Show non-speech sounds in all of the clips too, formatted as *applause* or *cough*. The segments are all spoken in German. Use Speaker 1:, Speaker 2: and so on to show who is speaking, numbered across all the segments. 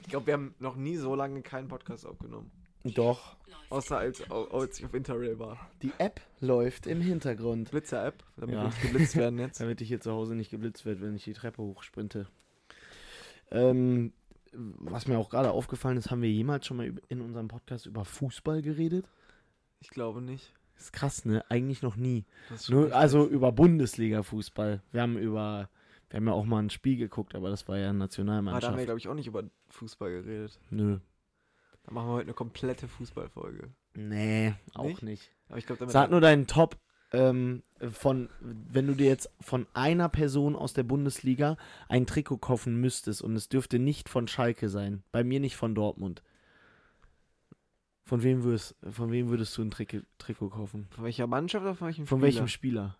Speaker 1: Ich glaube, wir haben noch nie so lange keinen Podcast aufgenommen.
Speaker 2: Doch,
Speaker 1: Außer als, als ich auf Interrail war.
Speaker 2: die App läuft im Hintergrund.
Speaker 1: Blitzer-App, damit
Speaker 2: Ja.
Speaker 1: wir nicht geblitzt
Speaker 2: *laughs*
Speaker 1: werden jetzt.
Speaker 2: Damit ich hier zu Hause nicht geblitzt werde, wenn ich die Treppe hochsprinte. Ähm, was mir auch gerade aufgefallen ist, haben wir jemals schon mal üb- in unserem Podcast über Fußball geredet?
Speaker 1: Ich glaube nicht.
Speaker 2: Ist krass, ne? Eigentlich noch nie.
Speaker 1: Das ist schon Ah,
Speaker 2: Nur,
Speaker 1: echt-
Speaker 2: also über Bundesliga-Fußball. Wir haben über, wir haben ja auch mal ein Spiel geguckt, aber das war ja
Speaker 1: ah, da haben wir,
Speaker 2: Nationalmannschaft.
Speaker 1: glaube ich, auch nicht über Fußball geredet.
Speaker 2: Nö.
Speaker 1: Da machen wir heute eine komplette Fußballfolge.
Speaker 2: Nee, auch
Speaker 1: Nicht?
Speaker 2: nicht.
Speaker 1: Aber ich glaube, damit.
Speaker 2: Sag nur deinen Top ähm, von, wenn du dir jetzt von einer Person aus der Bundesliga ein Trikot kaufen müsstest und es dürfte nicht von Schalke sein, bei mir nicht von Dortmund. Von wem würdest, von wem würdest du ein Trikot, Trikot kaufen?
Speaker 1: von welcher Mannschaft oder von welchem
Speaker 2: Von
Speaker 1: Spieler? Mhm.
Speaker 2: welchem Spieler?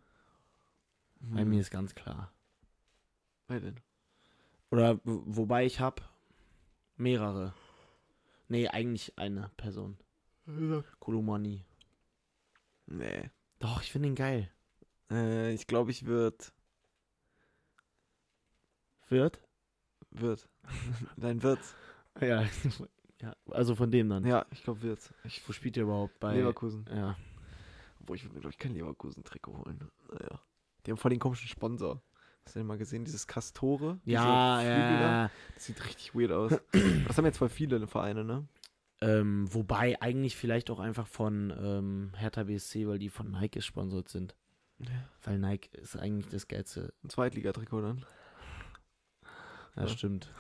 Speaker 2: Bei mir ist ganz klar.
Speaker 1: Wer denn?
Speaker 2: Oder w- wobei ich habe mehrere. Nee, eigentlich eine Person. Kolomani.
Speaker 1: Nee.
Speaker 2: Doch, ich finde ihn geil.
Speaker 1: Äh, ich glaube, ich wird.
Speaker 2: Wird? *laughs*
Speaker 1: Wird. Nein, wird.
Speaker 2: Ja. *laughs* ja. Also von dem dann.
Speaker 1: Ja, ich glaube, wird. Ich
Speaker 2: Wo spielt er überhaupt? Bei
Speaker 1: Leverkusen.
Speaker 2: Ja.
Speaker 1: Obwohl, ich würde mir, glaube ich, kein Leverkusen-Trikot holen. Naja. Die haben vor den komischen Sponsor. Hast du denn mal gesehen? Dieses Castore? diese
Speaker 2: Ja,
Speaker 1: Flügel da?
Speaker 2: ja.
Speaker 1: Das sieht richtig weird
Speaker 2: *clears throat*
Speaker 1: aus. das haben jetzt voll viele Vereine, ne?
Speaker 2: Ähm, wobei eigentlich vielleicht auch einfach von ähm, Hertha BSC, weil die von Nike gesponsert sind.
Speaker 1: Ja.
Speaker 2: Weil Nike ist eigentlich das geilste.
Speaker 1: Ein Zweitligatrikot dann.
Speaker 2: Ja,
Speaker 1: Ja.
Speaker 2: stimmt.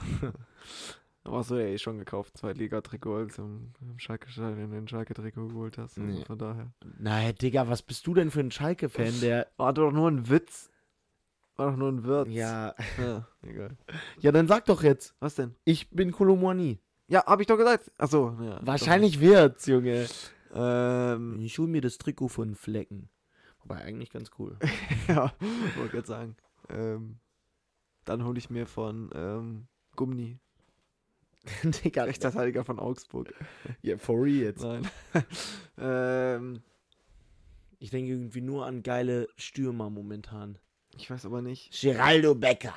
Speaker 1: Aber hast du ja eh schon gekauft. Zweitligatrikot, als du im, im Schalke-Stadion den Schalke-Trikot geholt hast. Also
Speaker 2: Nee.
Speaker 1: Von daher.
Speaker 2: Na, Digga, was bist du denn für ein Schalke-Fan, *laughs* der.
Speaker 1: War doch nur ein Witz. War doch nur ein Witz.
Speaker 2: Ja. *laughs*
Speaker 1: ja. Egal.
Speaker 2: Ja, dann sag doch jetzt.
Speaker 1: Was denn?
Speaker 2: Ich bin Kolomani.
Speaker 1: Ja, hab ich doch gesagt. Achso, ja.
Speaker 2: Wahrscheinlich wird's, Junge.
Speaker 1: Doch. Ähm,
Speaker 2: Ich hol mir das Trikot von Flecken. Wobei eigentlich ganz cool.
Speaker 1: *laughs* ja, wollte gerade sagen. Ähm, dann hole ich mir von ähm, Gumni,
Speaker 2: *laughs* Digga,
Speaker 1: Rechtsverteidiger von
Speaker 2: *laughs*
Speaker 1: Augsburg.
Speaker 2: ja, for real jetzt.
Speaker 1: Nein. *laughs* ähm,
Speaker 2: Ich denke irgendwie nur an geile Stürmer momentan.
Speaker 1: ich weiß aber nicht.
Speaker 2: Geraldo Becker.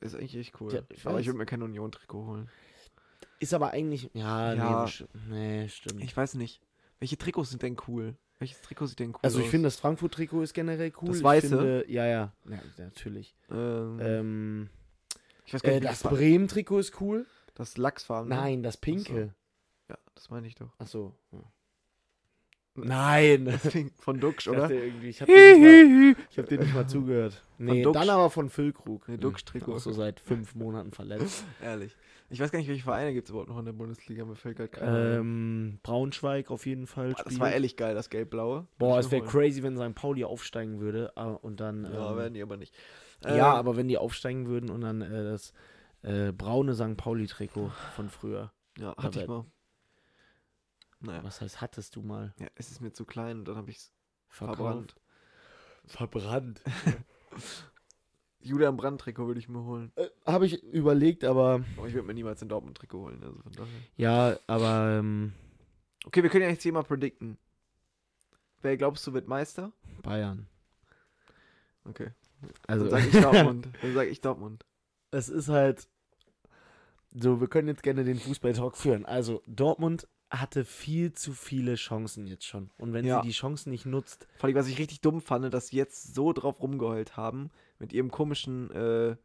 Speaker 1: Ist eigentlich echt cool.
Speaker 2: Ja, ich
Speaker 1: aber ich
Speaker 2: weiß.
Speaker 1: würde mir kein Union-Trikot holen.
Speaker 2: Ist aber eigentlich. Ja,
Speaker 1: Ja.
Speaker 2: Nee, sch- nee, stimmt.
Speaker 1: Ich weiß nicht. Welche Trikots sind denn cool? Welches Trikot sieht denn cool
Speaker 2: also ich
Speaker 1: aus?
Speaker 2: finde das Frankfurt-Trikot ist generell cool.
Speaker 1: Das
Speaker 2: Ich
Speaker 1: Weiße?
Speaker 2: Finde, ja, ja, ja. Natürlich.
Speaker 1: Ähm,
Speaker 2: Ähm,
Speaker 1: ich weiß gar
Speaker 2: äh,
Speaker 1: nicht,
Speaker 2: das
Speaker 1: das, das,
Speaker 2: Bremen-Trikot ist cool.
Speaker 1: das Lachsfarben. ne?
Speaker 2: Nein, das Pinke.
Speaker 1: Ja, das meine ich doch. *laughs*
Speaker 2: Achso. Nein.
Speaker 1: Das Ding von Duxch,
Speaker 2: *laughs* Ich
Speaker 1: oder?
Speaker 2: dachte irgendwie, ich habe dir, hab dir nicht mal zugehört. Nee,
Speaker 1: Duxch.
Speaker 2: dann aber von Füllkrug.
Speaker 1: Nee,
Speaker 2: Mhm.
Speaker 1: Duxch-Trikot.
Speaker 2: Auch so seit fünf
Speaker 1: *laughs*
Speaker 2: Monaten verletzt.
Speaker 1: Ehrlich. Ich weiß gar nicht, welche Vereine gibt es überhaupt noch in der Bundesliga. Mir fällt gerade keiner. ein.
Speaker 2: ähm, Braunschweig auf jeden Fall.
Speaker 1: Boah, Ah, das
Speaker 2: spielt.
Speaker 1: war ehrlich geil, das gelb-blaue.
Speaker 2: Boah,
Speaker 1: Muss
Speaker 2: es
Speaker 1: ich mir holen.
Speaker 2: wäre crazy, wenn St. Pauli aufsteigen würde. ah, Und dann.
Speaker 1: Ja,
Speaker 2: ähm,
Speaker 1: werden die aber nicht.
Speaker 2: Ja,
Speaker 1: Ähm,
Speaker 2: aber wenn die aufsteigen würden und dann äh, das äh, braune St. Pauli-Trikot von früher.
Speaker 1: Ja, hatte ich mal. Naja,
Speaker 2: Was heißt, hattest du mal
Speaker 1: ja, es ist mir zu klein und dann habe ich es
Speaker 2: verkauft?
Speaker 1: verbrannt.
Speaker 2: Verbrannt.
Speaker 1: Julian Brandt-Trikot würde ich mir holen.
Speaker 2: Äh, Habe ich überlegt, aber.
Speaker 1: Aber ich würde mir niemals ein Dortmund-Trikot holen. Also von daher.
Speaker 2: Ja, aber. Ähm,
Speaker 1: Okay, wir können ja jetzt hier mal predikten. Wer glaubst du wird Meister?
Speaker 2: Bayern.
Speaker 1: Okay.
Speaker 2: Also,
Speaker 1: Dann sage
Speaker 2: *laughs*
Speaker 1: ich Dortmund. Dann sage ich Dortmund.
Speaker 2: es ist halt. So, wir können jetzt gerne den Fußball-Talk führen. Also, Dortmund hatte viel zu viele Chancen jetzt schon. Und wenn
Speaker 1: Ja.
Speaker 2: sie die Chancen nicht nutzt,
Speaker 1: Vor allem, was ich richtig dumm fand, dass sie jetzt so drauf rumgeheult haben mit ihrem komischen, äh,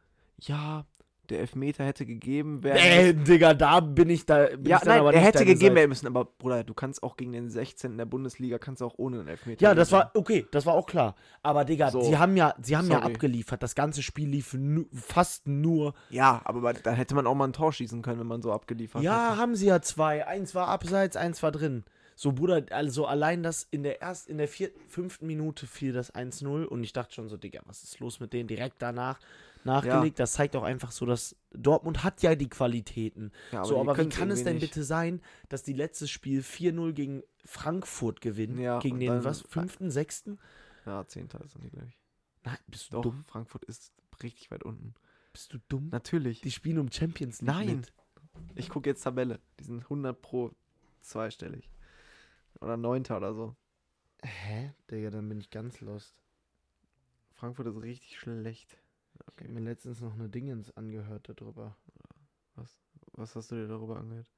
Speaker 1: ja, der Elfmeter hätte gegeben werden.
Speaker 2: Ey, äh, Digga, da bin ich da. Bin
Speaker 1: ja,
Speaker 2: ich dann
Speaker 1: nein,
Speaker 2: aber
Speaker 1: er
Speaker 2: nicht
Speaker 1: hätte
Speaker 2: deine
Speaker 1: gegeben
Speaker 2: Seite.
Speaker 1: werden müssen, aber Bruder, du kannst auch gegen den 16. der Bundesliga, kannst du auch ohne einen Elfmeter.
Speaker 2: Ja, das
Speaker 1: gewinnen.
Speaker 2: war okay, das war auch klar. Aber Digga,
Speaker 1: So.
Speaker 2: sie haben ja, sie haben ja
Speaker 1: Sorry.
Speaker 2: abgeliefert. Das ganze Spiel lief nu, fast nur.
Speaker 1: Ja, aber man- dann hätte man auch mal ein Tor schießen können, wenn man so abgeliefert
Speaker 2: ja,
Speaker 1: hätte.
Speaker 2: haben sie ja zwei. Eins war abseits, eins war drin. So, Bruder, also allein das in der ersten, in der vierten, fünften Minute fiel das 1-0 und ich dachte schon so, Digga, was ist los mit denen? Direkt danach nachgelegt. Das zeigt auch einfach so, dass Dortmund hat ja die Qualitäten.
Speaker 1: Ja,
Speaker 2: so,
Speaker 1: die
Speaker 2: aber wie
Speaker 1: können's
Speaker 2: kann es
Speaker 1: irgendwie
Speaker 2: denn
Speaker 1: nicht.
Speaker 2: bitte sein, dass die letztes Spiel 4-0 gegen Frankfurt gewinnen?
Speaker 1: Ja,
Speaker 2: gegen
Speaker 1: und
Speaker 2: den,
Speaker 1: dann-
Speaker 2: was, fünften, sechsten?
Speaker 1: Ja, 10. sind die, glaube ich.
Speaker 2: Nein, bist du
Speaker 1: Doch,
Speaker 2: dumm?
Speaker 1: Frankfurt ist richtig weit unten.
Speaker 2: Bist du dumm?
Speaker 1: Natürlich.
Speaker 2: Die spielen um Champions League.
Speaker 1: Nein.
Speaker 2: Mit.
Speaker 1: Ich gucke jetzt Tabelle. Die sind 100 pro zweistellig. Oder neunter oder so.
Speaker 2: Hä? Digga, dann bin ich ganz lost.
Speaker 1: Frankfurt ist richtig schlecht.
Speaker 2: Ich habe mir letztens noch eine Dingens angehört darüber.
Speaker 1: Was? Was hast du dir darüber angehört?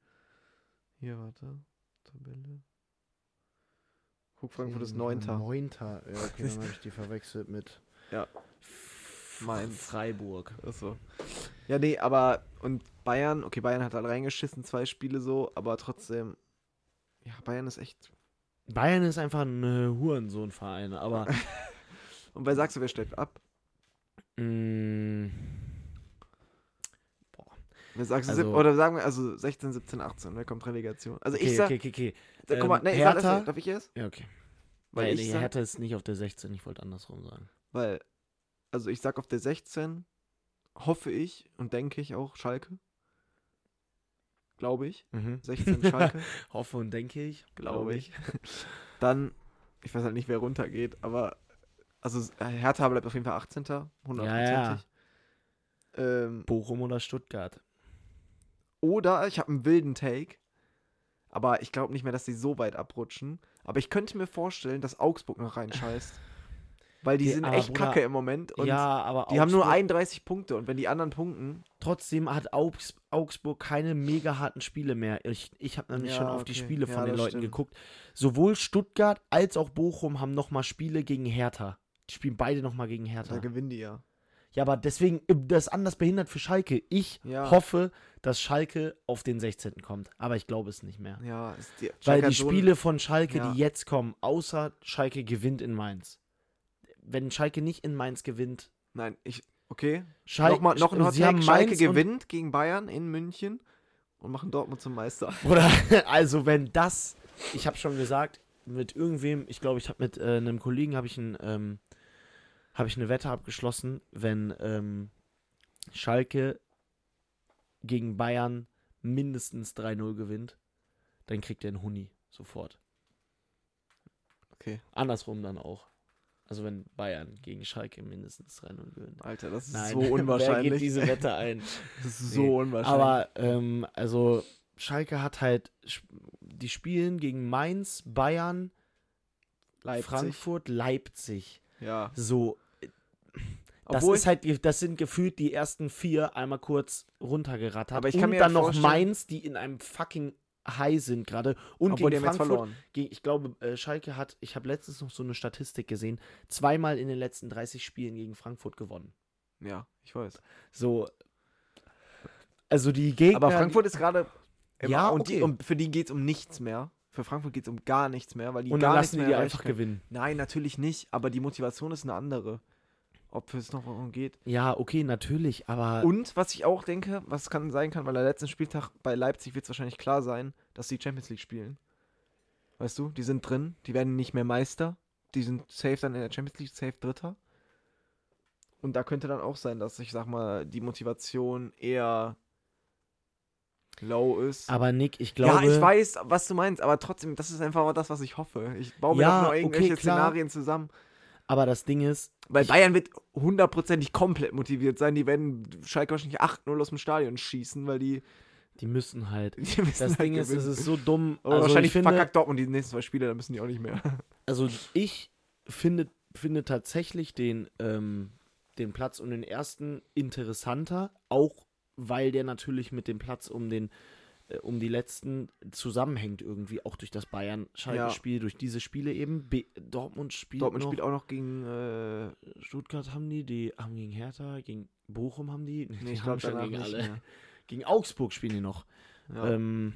Speaker 1: Hier, warte. Tabelle. Guck, Frankfurt
Speaker 2: Hm,
Speaker 1: ist Neunter.
Speaker 2: Neunter. Ja, *laughs* okay, dann habe ich die verwechselt mit
Speaker 1: Ja. Mainz.
Speaker 2: Freiburg.
Speaker 1: Achso. Ja, nee, aber und Bayern, okay, Bayern hat halt reingeschissen, zwei Spiele so, aber trotzdem, ja, Bayern ist echt.
Speaker 2: Bayern ist einfach ein äh, Hurensohnverein, aber
Speaker 1: *laughs* Und wer sagst du, wer steigt ab?
Speaker 2: mh,
Speaker 1: Wer sagst du,
Speaker 2: Also-
Speaker 1: sieb- oder sagen wir, also 16, 17, 18, wer kommt Relegation? Also ich
Speaker 2: okay,
Speaker 1: sag,
Speaker 2: okay, okay, okay.
Speaker 1: da- guck
Speaker 2: ähm,
Speaker 1: mal, nee, ich sag das,
Speaker 2: Hertha-
Speaker 1: darf ich erst?
Speaker 2: Ja, okay.
Speaker 1: Weil
Speaker 2: Weil
Speaker 1: ich
Speaker 2: nee,
Speaker 1: sag,
Speaker 2: Hertha ist nicht auf der 16, ich wollte andersrum sagen.
Speaker 1: weil, also ich sag auf der 16 hoffe ich und denke ich auch Schalke. Glaube ich.
Speaker 2: Mhm. *laughs*
Speaker 1: 16 Schalke,
Speaker 2: Hoffe und denke ich.
Speaker 1: glaube ich. *laughs* Dann, ich weiß halt nicht, wer runtergeht, aber also äh, Hertha bleibt auf jeden Fall 18. 100%. Ähm,
Speaker 2: Bochum oder Stuttgart.
Speaker 1: oder ich habe einen wilden Take, aber ich glaube nicht mehr, dass sie so weit abrutschen. Aber ich könnte mir vorstellen, dass Augsburg noch
Speaker 2: *laughs*
Speaker 1: reinscheißt. Weil die
Speaker 2: Ja,
Speaker 1: sind
Speaker 2: aber
Speaker 1: echt
Speaker 2: Bruder,
Speaker 1: kacke im Moment und
Speaker 2: ja, aber
Speaker 1: die haben nur
Speaker 2: Augsburg-
Speaker 1: 31 Punkte und wenn die anderen punkten,
Speaker 2: Trotzdem hat Augs Augsburg keine mega harten Spiele mehr. Ich, ich habe nämlich
Speaker 1: Ja,
Speaker 2: schon auf die
Speaker 1: okay.
Speaker 2: Spiele
Speaker 1: Ja,
Speaker 2: von den
Speaker 1: das
Speaker 2: Leuten
Speaker 1: stimmt.
Speaker 2: geguckt. Sowohl Stuttgart als auch Bochum haben nochmal Spiele gegen Hertha. Die spielen beide nochmal gegen
Speaker 1: da
Speaker 2: Hertha.
Speaker 1: gewinnen die ja.
Speaker 2: Ja, aber deswegen, äh, das ist anders behindert für Schalke. Ich
Speaker 1: Ja.
Speaker 2: hoffe, dass Schalke auf den 16. kommt. Aber ich glaube es nicht mehr.
Speaker 1: Ja, ist die,
Speaker 2: Weil
Speaker 1: Schalke hat
Speaker 2: die
Speaker 1: so ein-
Speaker 2: Spiele von Schalke,
Speaker 1: Ja.
Speaker 2: die jetzt kommen, außer Schalke gewinnt in Mainz. Wenn Schalke nicht in Mainz gewinnt,
Speaker 1: Nein, ich okay,
Speaker 2: Schalke,
Speaker 1: noch mal noch ein Hot
Speaker 2: sie haben
Speaker 1: Take. Schalke
Speaker 2: Mainz und-
Speaker 1: gewinnt gegen Bayern in München und machen Dortmund zum
Speaker 2: *laughs*
Speaker 1: Meister.
Speaker 2: Oder, also wenn das, ich habe schon gesagt, mit irgendwem, ich glaube, ich habe mit äh, einem Kollegen, habe ich, ein, ähm, hab ich eine Wette abgeschlossen, wenn ähm, Schalke gegen Bayern mindestens 3-0 gewinnt, dann kriegt er einen Huni sofort.
Speaker 1: Okay.
Speaker 2: Andersrum dann auch. Also wenn Bayern gegen Schalke mindestens 3-0 gewinnt.
Speaker 1: Alter, das ist
Speaker 2: Nein,
Speaker 1: so
Speaker 2: *laughs* Wer geht
Speaker 1: unwahrscheinlich.
Speaker 2: diese Wette ein?
Speaker 1: *laughs* das ist
Speaker 2: Nee.
Speaker 1: so unwahrscheinlich.
Speaker 2: Aber ähm, also Schalke hat halt, sch- die spielen gegen Mainz, Bayern, Frankfurt, Leipzig.
Speaker 1: Ja.
Speaker 2: So, das
Speaker 1: Obwohl,
Speaker 2: ist halt, das sind gefühlt die ersten vier einmal kurz runtergerattert.
Speaker 1: Aber ich
Speaker 2: und
Speaker 1: kann mir
Speaker 2: dann noch
Speaker 1: vorstellen-
Speaker 2: Mainz, die in einem fucking High sind gerade. Und
Speaker 1: obwohl die
Speaker 2: gegen
Speaker 1: haben jetzt
Speaker 2: Frankfurt,
Speaker 1: verloren.
Speaker 2: gegen, ich glaube, äh, Schalke hat, ich habe letztens noch so eine Statistik gesehen, zweimal in den letzten 30 Spielen gegen Frankfurt gewonnen.
Speaker 1: Ja, ich weiß.
Speaker 2: So, also die Gegner.
Speaker 1: Aber Frankfurt ist gerade. im-
Speaker 2: Ja,
Speaker 1: ähm, und,
Speaker 2: okay.
Speaker 1: die, um, für die geht es um nichts mehr. Für Frankfurt geht es um gar nichts mehr, weil die
Speaker 2: und
Speaker 1: gar
Speaker 2: dann
Speaker 1: nichts
Speaker 2: lassen die
Speaker 1: mehr
Speaker 2: die
Speaker 1: erreichen
Speaker 2: einfach
Speaker 1: können.
Speaker 2: gewinnen.
Speaker 1: Nein, natürlich nicht, aber die Motivation ist eine andere. Ob es noch darum geht.
Speaker 2: Ja, okay, natürlich, aber
Speaker 1: Und was ich auch denke, was kann sein kann, weil der letzten Spieltag bei Leipzig wird es wahrscheinlich klar sein, dass die Champions League spielen. Weißt du, die sind drin, die werden nicht mehr Meister, die sind safe dann in der Champions League, safe Dritter. Und da könnte dann auch sein, dass ich sag mal, die Motivation eher low ist.
Speaker 2: aber Nick, ich glaube,
Speaker 1: ja, ich weiß, was du meinst, aber trotzdem, das ist einfach das, was ich hoffe. Ich baue mir
Speaker 2: Ja,
Speaker 1: doch nur irgendwelche
Speaker 2: okay, klar.
Speaker 1: Szenarien zusammen.
Speaker 2: aber das Ding ist,
Speaker 1: Weil Bayern wird hundertprozentig komplett motiviert sein. Die werden Schalke wahrscheinlich 8-0 aus dem Stadion schießen, weil die, *laughs*
Speaker 2: die müssen halt.
Speaker 1: die müssen
Speaker 2: Das
Speaker 1: halt
Speaker 2: Ding ist, es
Speaker 1: gewinnen.
Speaker 2: ist so dumm.
Speaker 1: Aber
Speaker 2: Also
Speaker 1: wahrscheinlich
Speaker 2: ich finde,
Speaker 1: verkackt Dortmund die nächsten zwei Spiele, dann müssen die auch nicht mehr.
Speaker 2: also ich finde, finde tatsächlich den, ähm, den Platz um den ersten interessanter, auch weil der natürlich mit dem Platz um den äh, um die letzten zusammenhängt irgendwie, auch durch das Bayern-Schalke-Spiel, durch diese Spiele eben. B Dortmund spielt
Speaker 1: Dortmund
Speaker 2: noch.
Speaker 1: spielt auch noch gegen. Äh,
Speaker 2: Stuttgart haben die, die haben gegen Hertha, gegen Bochum haben die.
Speaker 1: nee,
Speaker 2: die
Speaker 1: ich
Speaker 2: haben
Speaker 1: glaube danach nicht mehr.
Speaker 2: Gegen Augsburg spielen die noch.
Speaker 1: Ja,
Speaker 2: Ähm,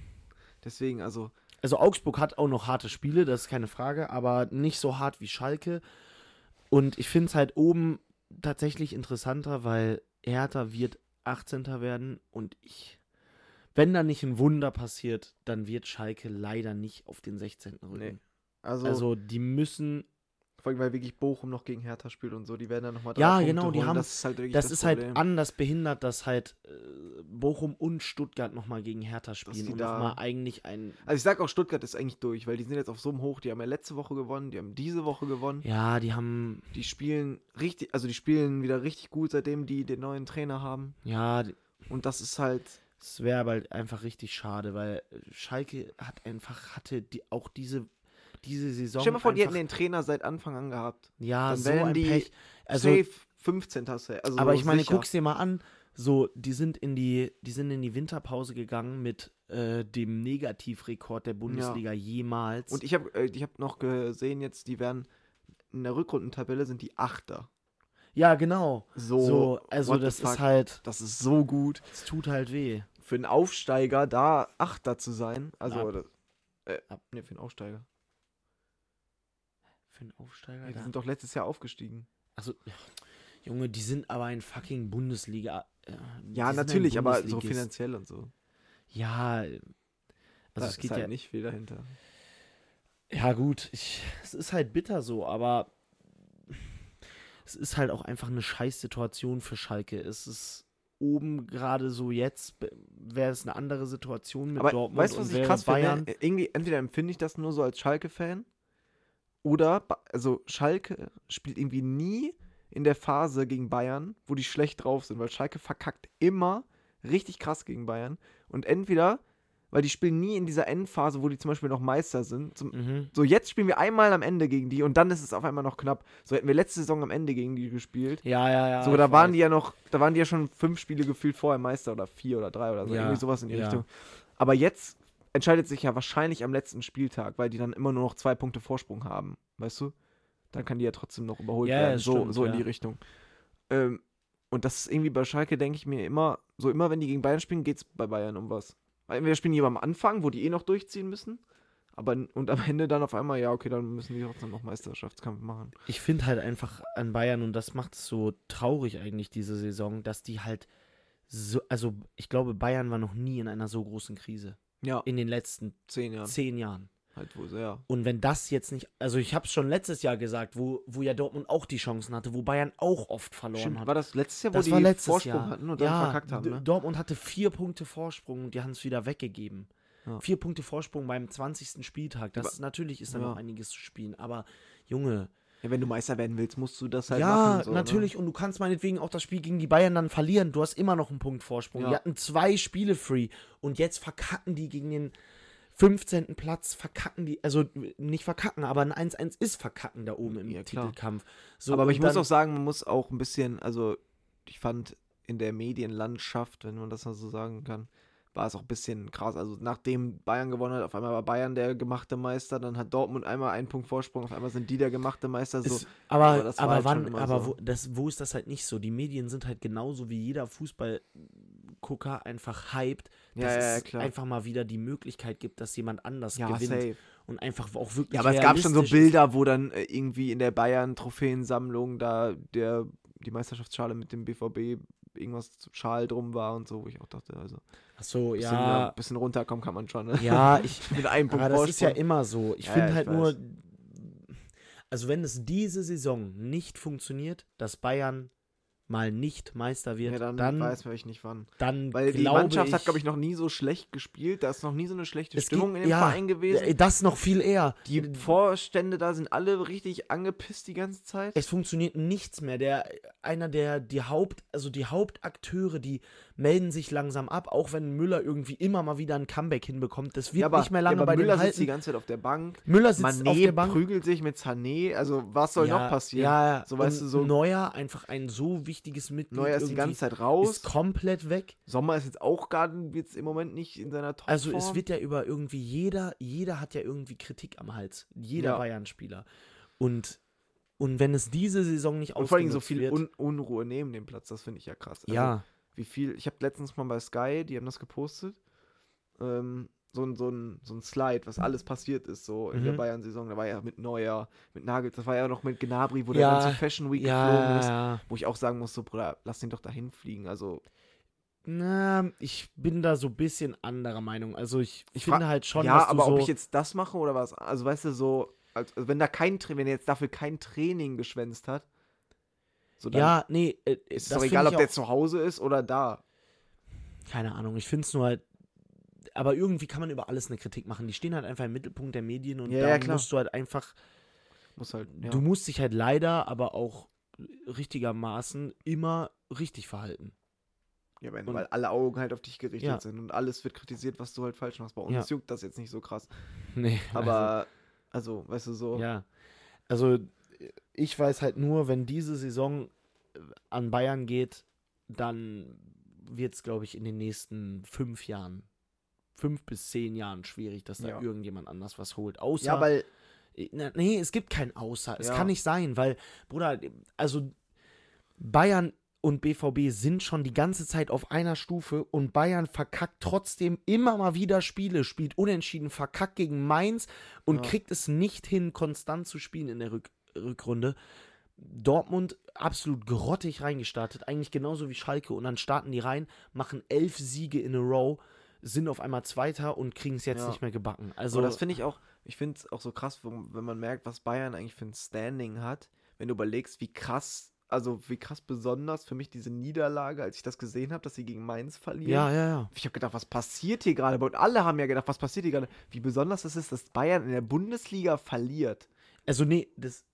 Speaker 1: deswegen, also.
Speaker 2: also Augsburg hat auch noch harte Spiele, das ist keine Frage, aber nicht so hart wie Schalke. Und ich finde es halt oben tatsächlich interessanter, weil Hertha wird 18. werden und ich. Wenn da nicht ein Wunder passiert, dann wird Schalke leider nicht auf den 16. rücken.
Speaker 1: Also,
Speaker 2: Also die müssen.
Speaker 1: vor allem, weil wirklich Bochum noch gegen Hertha spielt und so, die werden dann nochmal
Speaker 2: Ja, genau, die haben-
Speaker 1: Das ist halt wirklich
Speaker 2: Das, ist
Speaker 1: Problem.
Speaker 2: halt anders behindert, dass halt äh, Bochum und Stuttgart nochmal gegen Hertha spielen
Speaker 1: die
Speaker 2: und
Speaker 1: da-
Speaker 2: nochmal eigentlich ein.
Speaker 1: Also ich sag auch, Stuttgart ist eigentlich durch, weil die sind jetzt auf so einem Hoch. Die haben ja letzte Woche gewonnen, die haben diese Woche gewonnen.
Speaker 2: Ja, die haben
Speaker 1: Die spielen richtig, also die spielen wieder richtig gut, seitdem die den neuen Trainer haben.
Speaker 2: Ja,
Speaker 1: Und das ist halt,
Speaker 2: es wäre aber halt einfach richtig schade, weil Schalke hat einfach, hatte die, auch diese, diese Saison.
Speaker 1: stell dir mal vor, die hätten
Speaker 2: einfach,
Speaker 1: den Trainer seit Anfang an gehabt.
Speaker 2: Ja,
Speaker 1: dann
Speaker 2: so
Speaker 1: wären
Speaker 2: ein
Speaker 1: die
Speaker 2: Pech. Also,
Speaker 1: Safe 15. Safe, also
Speaker 2: aber ich meine,
Speaker 1: sicher.
Speaker 2: guck's dir mal an, so, die sind in die, die sind in die Winterpause gegangen mit äh, dem Negativrekord der Bundesliga jemals.
Speaker 1: Und ich habe äh, ich hab noch gesehen, jetzt, die werden in der Rückrundentabelle sind die Achter.
Speaker 2: ja, genau.
Speaker 1: So,
Speaker 2: so, also
Speaker 1: what the
Speaker 2: das
Speaker 1: fuck?
Speaker 2: ist halt,
Speaker 1: Das ist so gut.
Speaker 2: es tut halt weh.
Speaker 1: Für einen Aufsteiger da Achter zu sein. Also,
Speaker 2: Ab.
Speaker 1: oder- äh,
Speaker 2: Ab.
Speaker 1: nee, für einen Aufsteiger.
Speaker 2: Für einen Aufsteiger.
Speaker 1: Ja, die
Speaker 2: da-
Speaker 1: sind doch letztes Jahr aufgestiegen.
Speaker 2: Also, Junge, die sind aber in fucking Bundesliga. äh, die
Speaker 1: Ja,
Speaker 2: sind ein
Speaker 1: natürlich, aber so
Speaker 2: Bundesligist.
Speaker 1: finanziell und so.
Speaker 2: Ja, also
Speaker 1: Da
Speaker 2: es geht
Speaker 1: halt
Speaker 2: ja.
Speaker 1: nicht viel dahinter.
Speaker 2: Ja, gut, ich, es ist halt bitter so, aber es ist halt auch einfach eine Scheißsituation für Schalke. Es ist oben gerade so jetzt, be- wäre es eine andere Situation mit
Speaker 1: Aber
Speaker 2: Dortmund
Speaker 1: weißt du,
Speaker 2: und
Speaker 1: was ich
Speaker 2: wäre
Speaker 1: krass
Speaker 2: Bayern.
Speaker 1: finde? Irgendwie, entweder empfinde ich das nur so als Schalke-Fan oder, Ba- also Schalke spielt irgendwie nie in der Phase gegen Bayern, wo die schlecht drauf sind, weil Schalke verkackt immer richtig krass gegen Bayern. Und entweder, weil die spielen nie in dieser Endphase, wo die zum Beispiel noch Meister sind. Zum,
Speaker 2: Mhm.
Speaker 1: so, jetzt spielen wir einmal am Ende gegen die und dann ist es auf einmal noch knapp. So hätten wir letzte Saison am Ende gegen die gespielt.
Speaker 2: Ja, ja, ja.
Speaker 1: So,
Speaker 2: ich
Speaker 1: da waren
Speaker 2: weiß.
Speaker 1: die ja noch, da waren die ja schon fünf Spiele gefühlt vorher Meister oder vier oder drei oder so.
Speaker 2: Ja,
Speaker 1: Irgendwie sowas in die
Speaker 2: ja.
Speaker 1: Richtung. Aber jetzt entscheidet sich ja wahrscheinlich am letzten Spieltag, weil die dann immer nur noch zwei Punkte Vorsprung haben. Weißt du? Dann kann die ja trotzdem noch überholt
Speaker 2: Ja,
Speaker 1: werden.
Speaker 2: das
Speaker 1: So,
Speaker 2: stimmt,
Speaker 1: so in die
Speaker 2: ja.
Speaker 1: Richtung. Ähm, und das ist irgendwie bei Schalke, denke ich mir immer, so immer wenn die gegen Bayern spielen, geht es bei Bayern um was. Weil Entweder spielen die am Anfang, wo die eh noch durchziehen müssen. Aber, und am Ende dann auf einmal, ja, okay, dann müssen die trotzdem noch Meisterschaftskampf machen.
Speaker 2: Ich finde halt einfach an Bayern, und das macht es so traurig eigentlich diese Saison, dass die halt so, also ich glaube, Bayern war noch nie in einer so großen Krise
Speaker 1: Ja, in
Speaker 2: in den letzten
Speaker 1: zehn Jahren.
Speaker 2: zehn Jahren.
Speaker 1: Halt wohl, so, ja.
Speaker 2: Und wenn das jetzt nicht, also ich habe es schon letztes Jahr gesagt, wo, wo ja Dortmund auch die Chancen hatte, wo Bayern auch oft verloren
Speaker 1: Stimmt,
Speaker 2: hat.
Speaker 1: war das letztes Jahr, wo
Speaker 2: das
Speaker 1: die
Speaker 2: war letztes
Speaker 1: Vorsprung
Speaker 2: Jahr.
Speaker 1: hatten und
Speaker 2: ja,
Speaker 1: dann verkackt haben?
Speaker 2: D-
Speaker 1: Ne?
Speaker 2: Dortmund hatte vier Punkte Vorsprung und die haben es wieder weggegeben.
Speaker 1: Ja.
Speaker 2: Vier Punkte Vorsprung beim 20. Spieltag. Das
Speaker 1: Aber-
Speaker 2: ist, natürlich ist da
Speaker 1: ja.
Speaker 2: noch einiges zu spielen, aber Junge,
Speaker 1: Ja, wenn du Meister werden willst, musst du das halt
Speaker 2: ja,
Speaker 1: machen. so,
Speaker 2: natürlich. Und du kannst meinetwegen auch das Spiel gegen die Bayern dann verlieren. Du hast immer noch einen Punkt Vorsprung.
Speaker 1: Ja.
Speaker 2: Die hatten zwei Spiele free. Und jetzt verkacken die gegen den 15. Platz. Verkacken die, also nicht verkacken, aber ein 1-1 ist verkacken da oben im
Speaker 1: Ja, klar.
Speaker 2: Titelkampf.
Speaker 1: Ne?
Speaker 2: So,
Speaker 1: Aber ich
Speaker 2: und
Speaker 1: muss
Speaker 2: dann-
Speaker 1: auch sagen, man muss auch ein bisschen, also ich fand in der Medienlandschaft, wenn man das mal so sagen kann, war es auch ein bisschen krass. Also nachdem Bayern gewonnen hat, auf einmal war Bayern der gemachte Meister, dann hat Dortmund einmal einen Punkt Vorsprung, auf einmal sind die der gemachte Meister. So.
Speaker 2: Ist, aber
Speaker 1: aber
Speaker 2: aber,
Speaker 1: das war halt schon
Speaker 2: wann,
Speaker 1: immer
Speaker 2: aber
Speaker 1: so.
Speaker 2: wo, das, wo ist das halt nicht so? Die Medien sind halt genauso wie jeder Fußballgucker einfach hyped,
Speaker 1: Ja,
Speaker 2: dass
Speaker 1: ja, ja,
Speaker 2: es
Speaker 1: klar.
Speaker 2: einfach mal wieder die Möglichkeit gibt, dass jemand anders
Speaker 1: ja,
Speaker 2: gewinnt
Speaker 1: safe.
Speaker 2: und einfach auch wirklich
Speaker 1: Ja, aber es gab schon so
Speaker 2: realistisch ist.
Speaker 1: Bilder, wo dann äh, irgendwie in der Bayern-Trophäensammlung da der, die Meisterschaftsschale mit dem BVB irgendwas Schal drum war und so, wo ich auch dachte, also
Speaker 2: Ach so,
Speaker 1: bisschen,
Speaker 2: ja,
Speaker 1: ein bisschen runterkommen kann man schon. Ne?
Speaker 2: Ja, ich.
Speaker 1: Mit einem Punkt
Speaker 2: Aber das ist ja
Speaker 1: Vorsprung.
Speaker 2: immer so. Ich
Speaker 1: Ja, ja,
Speaker 2: finde
Speaker 1: ich
Speaker 2: halt nur. Also, wenn es diese Saison nicht funktioniert, dass Bayern mal nicht Meister
Speaker 1: *laughs*
Speaker 2: wird,
Speaker 1: ja, dann,
Speaker 2: dann, dann,
Speaker 1: weiß man ich nicht wann. Weil die
Speaker 2: glaube
Speaker 1: Mannschaft
Speaker 2: ich,
Speaker 1: hat, glaube ich, noch nie so schlecht gespielt. Da ist noch nie so eine schlechte
Speaker 2: es
Speaker 1: Stimmung
Speaker 2: geht-
Speaker 1: in dem
Speaker 2: ja,
Speaker 1: Verein gewesen.
Speaker 2: äh, Das noch viel eher.
Speaker 1: die Vorstände da sind alle richtig angepisst die ganze Zeit.
Speaker 2: Es funktioniert nichts mehr. Der, einer der, die Haupt, also die Hauptakteure, die melden sich langsam ab, auch wenn Müller irgendwie immer mal wieder ein Comeback hinbekommt. Das wird
Speaker 1: Ja, aber-
Speaker 2: nicht mehr
Speaker 1: ja,
Speaker 2: lange
Speaker 1: aber
Speaker 2: bei
Speaker 1: Müller
Speaker 2: den
Speaker 1: sitzt die
Speaker 2: halten.
Speaker 1: ganze Zeit auf der Bank.
Speaker 2: Müller sitzt auf
Speaker 1: Mané
Speaker 2: der Bank.
Speaker 1: prügelt sich mit Sané. Also, was soll noch passieren?
Speaker 2: Ja,
Speaker 1: So, weißt
Speaker 2: und
Speaker 1: du, so-
Speaker 2: Neuer einfach ein so wichtiges Mitglied.
Speaker 1: Neuer ist die
Speaker 2: irgendwie
Speaker 1: ganze Zeit raus.
Speaker 2: Ist komplett weg.
Speaker 1: Sommer ist jetzt auch gerade jetzt im Moment nicht in seiner Topform.
Speaker 2: Also es wird ja über irgendwie jeder, jeder hat ja irgendwie Kritik am Hals. Jeder
Speaker 1: Ja.
Speaker 2: Bayern-Spieler. Und, und wenn es diese Saison nicht
Speaker 1: und vor allem so
Speaker 2: ausgenutzt
Speaker 1: viel
Speaker 2: wird,
Speaker 1: Un Unruhe neben dem Platz, das finde ich ja krass. Also,
Speaker 2: ja,
Speaker 1: Wie viel, ich habe letztens mal bei Sky, die haben das gepostet, ähm, so, ein, so, ein, so ein Slide, was alles passiert ist, so in der
Speaker 2: Mhm.
Speaker 1: Bayern-Saison. Da war ja mit Neuer, mit Nagel, das war ja noch mit Gnabry, wo
Speaker 2: Ja,
Speaker 1: der dann zur Fashion Week geflogen
Speaker 2: ja,
Speaker 1: ist.
Speaker 2: ja.
Speaker 1: Wo ich auch sagen muss, so, Bruder, lass den doch dahin fliegen. Also,
Speaker 2: Na, ich bin da so ein bisschen anderer Meinung. Also ich,
Speaker 1: Ich
Speaker 2: finde
Speaker 1: frag-
Speaker 2: halt schon,
Speaker 1: ja,
Speaker 2: dass du
Speaker 1: aber
Speaker 2: so,
Speaker 1: ob ich jetzt das mache oder was, also weißt du, so, als- also wenn da kein, Tra- wenn er jetzt dafür kein Training geschwänzt hat, so dann
Speaker 2: ja, nee, äh,
Speaker 1: Ist
Speaker 2: das
Speaker 1: doch
Speaker 2: find
Speaker 1: egal,
Speaker 2: ich
Speaker 1: ob
Speaker 2: auch-
Speaker 1: der zu Hause ist oder da.
Speaker 2: keine Ahnung, ich finde es nur halt. Aber irgendwie kann man über alles eine Kritik machen. Die stehen halt einfach im Mittelpunkt der Medien und
Speaker 1: Ja,
Speaker 2: da
Speaker 1: ja, klar.
Speaker 2: musst du halt einfach,
Speaker 1: Muss halt. Ja.
Speaker 2: du musst dich halt leider, aber auch richtigermaßen immer richtig verhalten.
Speaker 1: ja, wenn,
Speaker 2: und-
Speaker 1: weil alle Augen halt auf dich gerichtet
Speaker 2: Ja.
Speaker 1: sind und alles wird kritisiert, was du halt falsch machst. Bei uns
Speaker 2: Ja.
Speaker 1: juckt das jetzt nicht so
Speaker 2: *laughs*
Speaker 1: krass.
Speaker 2: *laughs* Nee,
Speaker 1: Aber, also, weißt du, so.
Speaker 2: also, ja. Also ich weiß halt nur, wenn diese Saison äh, an Bayern geht, dann wird es, glaube ich, in den nächsten fünf Jahren, fünf bis zehn Jahren schwierig, dass da
Speaker 1: Ja.
Speaker 2: irgendjemand anders was holt. Außer
Speaker 1: Ja, weil
Speaker 2: Äh, na, Nee, es gibt kein Außer. Es
Speaker 1: Ja.
Speaker 2: kann nicht sein, weil, Bruder, also Bayern und BVB sind schon die ganze Zeit auf einer Stufe und Bayern verkackt trotzdem immer mal wieder Spiele, spielt unentschieden, verkackt gegen Mainz und
Speaker 1: Ja.
Speaker 2: kriegt es nicht hin, konstant zu spielen in der Rück Rückrunde. Dortmund absolut grottig reingestartet, eigentlich genauso wie Schalke und dann starten die rein, machen elf Siege in a row, sind auf einmal Zweiter und kriegen es jetzt
Speaker 1: Ja.
Speaker 2: nicht mehr gebacken.
Speaker 1: So.
Speaker 2: Also,
Speaker 1: Aber das finde ich auch, ich finde es auch so krass, wo- wenn man merkt, was Bayern eigentlich für ein Standing hat, wenn du überlegst, wie krass, also wie krass besonders für mich diese Niederlage, als ich das gesehen habe, dass sie gegen Mainz verlieren.
Speaker 2: ja, ja, ja.
Speaker 1: Ich habe gedacht, was passiert hier gerade? Und alle haben ja gedacht, was passiert hier gerade? Wie besonders es ist, dass Bayern in der Bundesliga verliert.
Speaker 2: Also nee, das,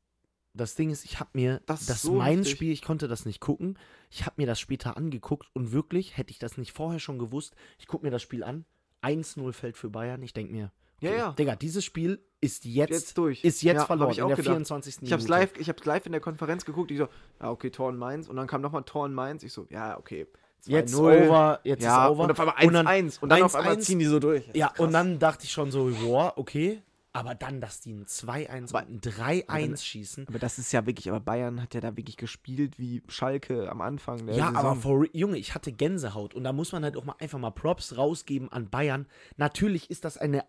Speaker 2: das Ding ist, ich habe mir
Speaker 1: Das
Speaker 2: das,
Speaker 1: ist so
Speaker 2: mein
Speaker 1: heftig.
Speaker 2: Spiel, ich konnte das nicht gucken. Ich habe mir das später angeguckt und wirklich, hätte ich das nicht vorher schon gewusst, ich gucke mir das Spiel an. 1-0 fällt für Bayern. Ich denke mir,
Speaker 1: Ja, ja.
Speaker 2: Digga, dieses Spiel ist jetzt,
Speaker 1: Jetzt durch.
Speaker 2: ist jetzt
Speaker 1: Ja, hab
Speaker 2: verloren.
Speaker 1: ich
Speaker 2: in
Speaker 1: auch
Speaker 2: der
Speaker 1: gedacht.
Speaker 2: 24.
Speaker 1: Ich habe es
Speaker 2: Minute.
Speaker 1: live, ich hab's live in der Konferenz geguckt. Ich so, ja, okay, Tor in Mainz. Und dann kam nochmal Tor in Mainz. Ich so, ja, okay.
Speaker 2: Jetzt
Speaker 1: 2-0.
Speaker 2: over, jetzt
Speaker 1: ja,
Speaker 2: ist over.
Speaker 1: Und auf einmal 1-1.
Speaker 2: Und
Speaker 1: Und
Speaker 2: dann
Speaker 1: dann, auf einmal
Speaker 2: 1-1.
Speaker 1: ziehen die so durch. Das ist
Speaker 2: Ja, und
Speaker 1: krass.
Speaker 2: dann dachte ich schon so, wow, okay. Aber dann, dass die ein 2-1
Speaker 1: Aber- ne.
Speaker 2: und ein 3-1 schießen.
Speaker 1: Aber das ist ja wirklich, aber Bayern hat ja da wirklich gespielt wie Schalke am Anfang der
Speaker 2: Ja,
Speaker 1: Saison.
Speaker 2: aber for, re- Junge, ich hatte Gänsehaut und da muss man halt auch mal einfach mal Props rausgeben an Bayern. Natürlich ist das eine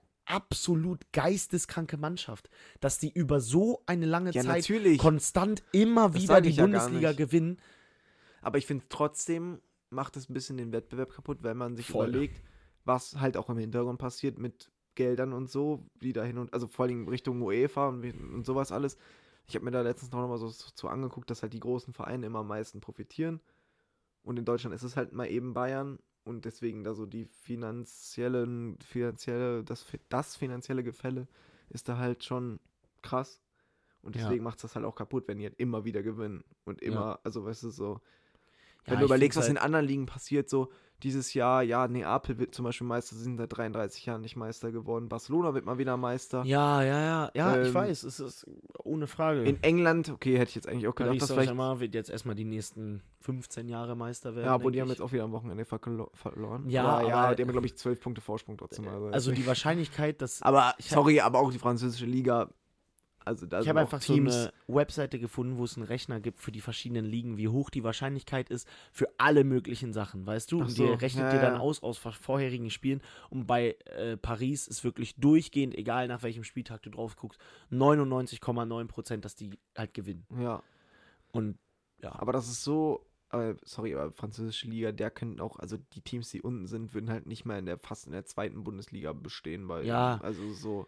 Speaker 2: absolut geisteskranke Mannschaft, dass die über so eine lange
Speaker 1: Ja,
Speaker 2: Zeit
Speaker 1: natürlich.
Speaker 2: konstant immer
Speaker 1: Das
Speaker 2: wieder
Speaker 1: sag
Speaker 2: die
Speaker 1: ich ja gar
Speaker 2: Bundesliga
Speaker 1: nicht.
Speaker 2: gewinnen.
Speaker 1: aber ich finde trotzdem macht es ein bisschen den Wettbewerb kaputt, wenn man sich
Speaker 2: Voll.
Speaker 1: überlegt, was halt auch im Hintergrund passiert mit Geldern und so, die da hin und also vor allem Richtung UEFA und, wie- und sowas alles. Ich habe mir da letztens noch mal so so zu angeguckt, dass halt die großen Vereine immer am meisten profitieren. Und in Deutschland ist es halt mal eben Bayern und deswegen da so die finanziellen, finanzielle, das, fi- das finanzielle Gefälle ist da halt schon krass. Und
Speaker 2: Ja.
Speaker 1: deswegen macht es das halt auch kaputt, wenn die halt immer wieder gewinnen und immer, also weißt du, so. Wenn
Speaker 2: Ja,
Speaker 1: du
Speaker 2: ich
Speaker 1: überlegst, was
Speaker 2: find's halt
Speaker 1: in anderen Ligen passiert, so dieses Jahr, ja, Neapel wird zum Beispiel Meister, sie sind seit 33 Jahren nicht Meister geworden. Barcelona wird mal wieder Meister.
Speaker 2: halt, ja, ja, ja, ja, ich
Speaker 1: Ähm,
Speaker 2: weiß, es ist ohne Frage.
Speaker 1: In England, okay, hätte ich jetzt eigentlich auch gedacht,
Speaker 2: Paris
Speaker 1: dass vielleicht.
Speaker 2: Saint-Germain wird jetzt erstmal die nächsten 15 Jahre Meister werden.
Speaker 1: Ja, aber
Speaker 2: denk
Speaker 1: die haben
Speaker 2: ich.
Speaker 1: jetzt auch wieder am Wochenende verlo- verloren.
Speaker 2: Ja,
Speaker 1: aber, ja
Speaker 2: aber-
Speaker 1: die haben, glaube ich, 12 Punkte Vorsprung trotzdem. Also,
Speaker 2: also die Wahrscheinlichkeit, dass
Speaker 1: aber,
Speaker 2: ich hab-
Speaker 1: sorry, aber auch die französische Liga. Also da
Speaker 2: Ich
Speaker 1: sind
Speaker 2: habe
Speaker 1: auch
Speaker 2: einfach
Speaker 1: Teams.
Speaker 2: so eine Webseite gefunden, wo es einen Rechner gibt für die verschiedenen Ligen, wie hoch die Wahrscheinlichkeit ist für alle möglichen Sachen, weißt du?
Speaker 1: Ach
Speaker 2: Und
Speaker 1: so,
Speaker 2: die rechnet
Speaker 1: ja,
Speaker 2: dir dann
Speaker 1: ja.
Speaker 2: aus aus vor- vorherigen Spielen. Und bei äh, Paris ist wirklich durchgehend, egal nach welchem Spieltag du drauf guckst, 99,9 Prozent, dass die halt gewinnen.
Speaker 1: ja,
Speaker 2: Und *laughs* ja,
Speaker 1: aber das ist so. Aber, sorry, aber französische Liga, der könnten auch, also die Teams, die unten sind, würden halt nicht mehr in der fast in der zweiten Bundesliga bestehen, weil
Speaker 2: Ja.
Speaker 1: also so.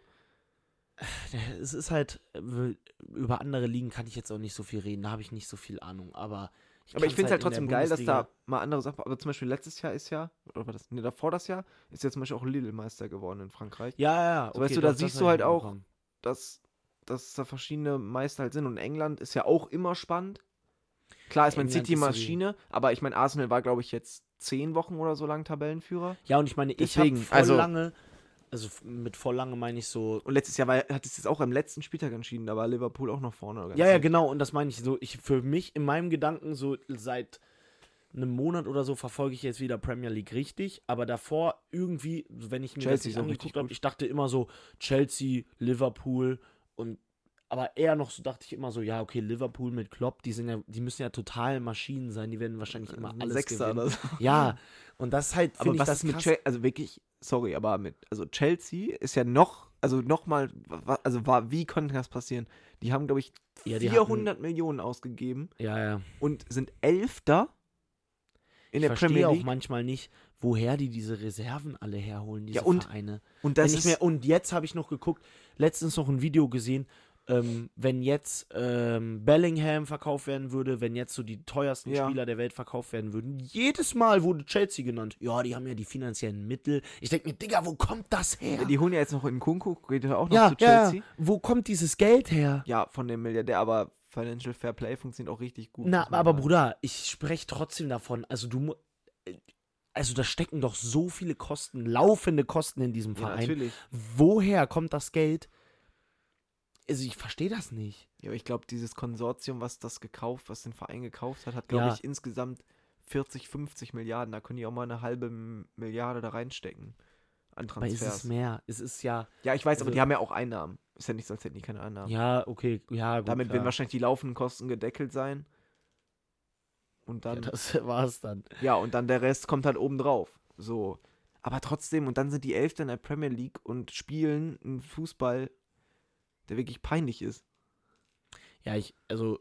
Speaker 2: es ist halt, äh, über andere Ligen kann ich jetzt auch nicht so viel reden, da habe ich nicht so viel Ahnung, aber.
Speaker 1: Aber ich finde
Speaker 2: kann's
Speaker 1: es halt
Speaker 2: in der
Speaker 1: trotzdem geil, dass
Speaker 2: Bundesliga-
Speaker 1: da mal andere Sachen. Aber zum Beispiel letztes Jahr ist ja, oder war das, ne, davor das Jahr, ist ja zum Beispiel auch Lille Meister geworden in Frankreich.
Speaker 2: Ja, ja, ja.
Speaker 1: So, weißt du, da
Speaker 2: doch, das
Speaker 1: siehst
Speaker 2: hab
Speaker 1: du
Speaker 2: ich
Speaker 1: halt auch-
Speaker 2: mitbekommen.
Speaker 1: Dass, dass da verschiedene Meister halt sind. Und England ist ja auch immer spannend. Klar ist Man
Speaker 2: England
Speaker 1: City
Speaker 2: ist so die-
Speaker 1: Maschine, aber ich meine, Arsenal war, glaube ich, jetzt zehn Wochen oder so lang Tabellenführer.
Speaker 2: Ja, und ich meine, ich habe
Speaker 1: Deswegen,
Speaker 2: voll
Speaker 1: also-
Speaker 2: lange, also f- mit voll lange meine ich so.
Speaker 1: Und letztes Jahr war, hat es jetzt auch am letzten Spieltag entschieden, da war Liverpool auch noch vorne. ganz
Speaker 2: Ja, ja,
Speaker 1: hinten.
Speaker 2: genau, und das meine ich so. Ich für mich in meinem Gedanken so seit einem Monat oder so verfolge ich jetzt wieder Premier League richtig, aber davor irgendwie, wenn ich mir das
Speaker 1: Chelsea ist
Speaker 2: nicht
Speaker 1: auch richtig
Speaker 2: angeguckt habe,
Speaker 1: gut.
Speaker 2: ich dachte immer so Chelsea, Liverpool und aber eher noch so dachte ich immer so, ja, okay, Liverpool mit Klopp, die sind ja, die müssen ja total Maschinen sein, die werden wahrscheinlich genau. immer
Speaker 1: Ein
Speaker 2: alles
Speaker 1: Äh, Sechster
Speaker 2: gewinnen.
Speaker 1: oder so.
Speaker 2: Ja, und das ist halt
Speaker 1: Aber
Speaker 2: finde ich
Speaker 1: was
Speaker 2: das
Speaker 1: ist mit
Speaker 2: krass.
Speaker 1: Chelsea, also wirklich, sorry, aber mit, also Chelsea ist ja noch, also nochmal, also war, wie konnte das passieren? Die haben, glaube ich,
Speaker 2: Ja, die hatten-
Speaker 1: 400 Millionen ausgegeben
Speaker 2: Ja, ja.
Speaker 1: und sind Elfter in
Speaker 2: ich
Speaker 1: der
Speaker 2: verstehe
Speaker 1: Premier
Speaker 2: auch
Speaker 1: League.
Speaker 2: manchmal nicht, woher die diese Reserven alle herholen, diese
Speaker 1: Ja, und
Speaker 2: Vereine.
Speaker 1: Und
Speaker 2: Wenn
Speaker 1: das
Speaker 2: ich
Speaker 1: ist,
Speaker 2: mir, und jetzt habe ich noch geguckt, letztens noch ein Video gesehen, ähm, wenn jetzt ähm, Bellingham verkauft werden würde, wenn jetzt so die teuersten
Speaker 1: Ja.
Speaker 2: Spieler der Welt verkauft werden würden, jedes Mal wurde Chelsea genannt. Ja, die haben ja die finanziellen Mittel. Ich denke mir, Digga, wo kommt das her?
Speaker 1: ja, die holen ja jetzt noch in Kunku, geht ja auch noch
Speaker 2: ja,
Speaker 1: zu
Speaker 2: ja,
Speaker 1: Chelsea.
Speaker 2: ja, wo kommt dieses Geld her?
Speaker 1: Ja. von dem Milliardär, aber Financial Fair Play funktioniert auch richtig gut.
Speaker 2: Na,
Speaker 1: muss man
Speaker 2: aber
Speaker 1: sagen.
Speaker 2: Bruder, ich spreche trotzdem davon. Also du, mu- also da stecken doch so viele Kosten, laufende Kosten in diesem
Speaker 1: ja,
Speaker 2: Verein.
Speaker 1: natürlich.
Speaker 2: Woher kommt das Geld? Also ich verstehe das nicht.
Speaker 1: Ja, aber ich glaube, dieses Konsortium, was das gekauft, was den Verein gekauft hat, hat, glaube
Speaker 2: Ja.
Speaker 1: ich, insgesamt 40, 50 Milliarden. Da können die auch mal eine halbe M- Milliarde da reinstecken. An
Speaker 2: Aber ist es
Speaker 1: Transfers.
Speaker 2: mehr? Es ist ja.
Speaker 1: ja, ich weiß, aber
Speaker 2: also-
Speaker 1: die haben ja auch Einnahmen. Ist ja nicht, sonst hätten die keine Einnahmen.
Speaker 2: Ja, okay. Ja, gut.
Speaker 1: Damit werden
Speaker 2: klar.
Speaker 1: wahrscheinlich die laufenden Kosten gedeckelt sein. Und dann
Speaker 2: Ja, *laughs* das war's dann.
Speaker 1: Ja, und dann der Rest kommt halt oben drauf. So. Aber trotzdem, und dann sind die Elfte in der Premier League und spielen einen Fußball, der wirklich peinlich ist.
Speaker 2: Ja, ich, also,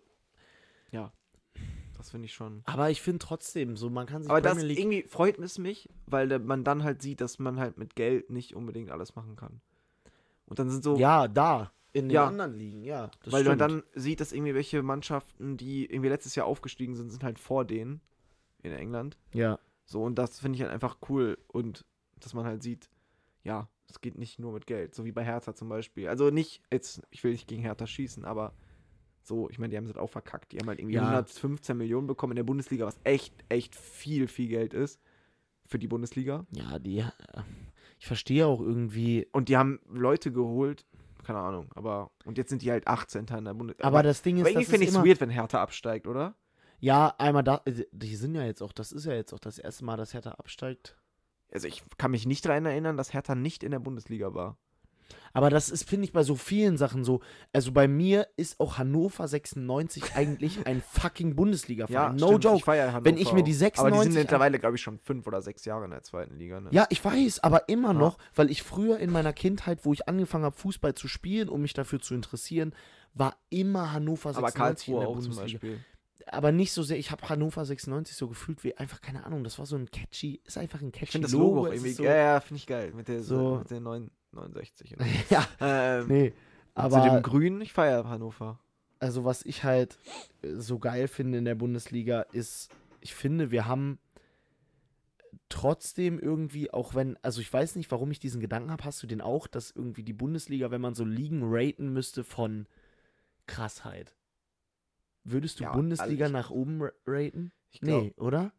Speaker 1: Das finde ich schon.
Speaker 2: aber ich finde trotzdem, so, man kann sich
Speaker 1: Aber das
Speaker 2: Premier League.
Speaker 1: irgendwie freut es mich, weil da- man dann halt sieht, dass man halt mit Geld nicht unbedingt alles machen kann. Und dann sind so,
Speaker 2: Ja, da. In den
Speaker 1: Ja.
Speaker 2: anderen Ligen, ja. das
Speaker 1: weil
Speaker 2: stimmt.
Speaker 1: man dann sieht, dass irgendwie welche Mannschaften, die irgendwie letztes Jahr aufgestiegen sind, sind halt vor denen in England.
Speaker 2: Ja.
Speaker 1: So, und das finde ich halt einfach cool. Und dass man halt sieht, ja, es geht nicht nur mit Geld, so wie bei Hertha zum Beispiel. Also nicht, jetzt, ich will nicht gegen Hertha schießen, aber so, ich meine, die haben es halt auch verkackt. Die haben halt irgendwie
Speaker 2: Ja.
Speaker 1: 115 Millionen bekommen in der Bundesliga, was echt, echt viel, viel Geld ist für die Bundesliga.
Speaker 2: Ja, die. äh, Ich verstehe auch irgendwie.
Speaker 1: Und die haben Leute geholt, keine Ahnung, aber, und jetzt sind die halt 18. in der Bundesliga.
Speaker 2: Aber das Ding ist,
Speaker 1: aber irgendwie
Speaker 2: das ist
Speaker 1: finde ich es
Speaker 2: immer,
Speaker 1: weird, wenn Hertha absteigt, oder?
Speaker 2: Ja, einmal da. äh, Die sind ja jetzt auch, das ist ja jetzt auch das erste Mal, dass Hertha absteigt.
Speaker 1: Also ich kann mich nicht daran erinnern, dass Hertha nicht in der Bundesliga war.
Speaker 2: Aber das ist, finde ich, bei so vielen Sachen so. Also bei mir ist auch
Speaker 1: *laughs*
Speaker 2: Hannover 96 eigentlich ein fucking Bundesliga-Verein. no
Speaker 1: stimmt,
Speaker 2: joke.
Speaker 1: Ich feier Hannover
Speaker 2: Wenn ich mir die
Speaker 1: auch. Aber die
Speaker 2: 96
Speaker 1: sind mittlerweile, glaube ich, schon fünf oder sechs Jahre in der zweiten Liga. Ne?
Speaker 2: Ja, ich weiß, aber immer
Speaker 1: Ja.
Speaker 2: noch, weil ich früher in meiner Kindheit, wo ich angefangen habe, Fußball zu spielen, um mich dafür zu interessieren, war immer Hannover
Speaker 1: aber
Speaker 2: 96 also in
Speaker 1: Karlsruhe
Speaker 2: der
Speaker 1: auch zum
Speaker 2: Bundesliga.
Speaker 1: Beispiel.
Speaker 2: Aber nicht so sehr, ich habe Hannover 96 so gefühlt wie einfach, keine Ahnung, das war so ein catchy, ist einfach ein catchy
Speaker 1: Ich finde das Logo,
Speaker 2: es
Speaker 1: auch
Speaker 2: ist
Speaker 1: irgendwie.
Speaker 2: so,
Speaker 1: ja, ja, finde ich geil. Mit der,
Speaker 2: so-
Speaker 1: mit der 9, 69. Oder?
Speaker 2: *laughs* *laughs* ja,
Speaker 1: ähm,
Speaker 2: nee,
Speaker 1: zu dem
Speaker 2: aber
Speaker 1: Grün, ich feiere Hannover.
Speaker 2: also was ich halt äh, so geil finde in der Bundesliga ist, ich finde, wir haben trotzdem irgendwie, auch wenn, also ich weiß nicht, warum ich diesen Gedanken habe, hast du den auch, dass irgendwie die Bundesliga, wenn man so Ligen raten müsste von Krassheit. Würdest du
Speaker 1: Ja,
Speaker 2: Bundesliga
Speaker 1: also
Speaker 2: nach oben ra- raten?
Speaker 1: Ich glaub,
Speaker 2: Nee, oder?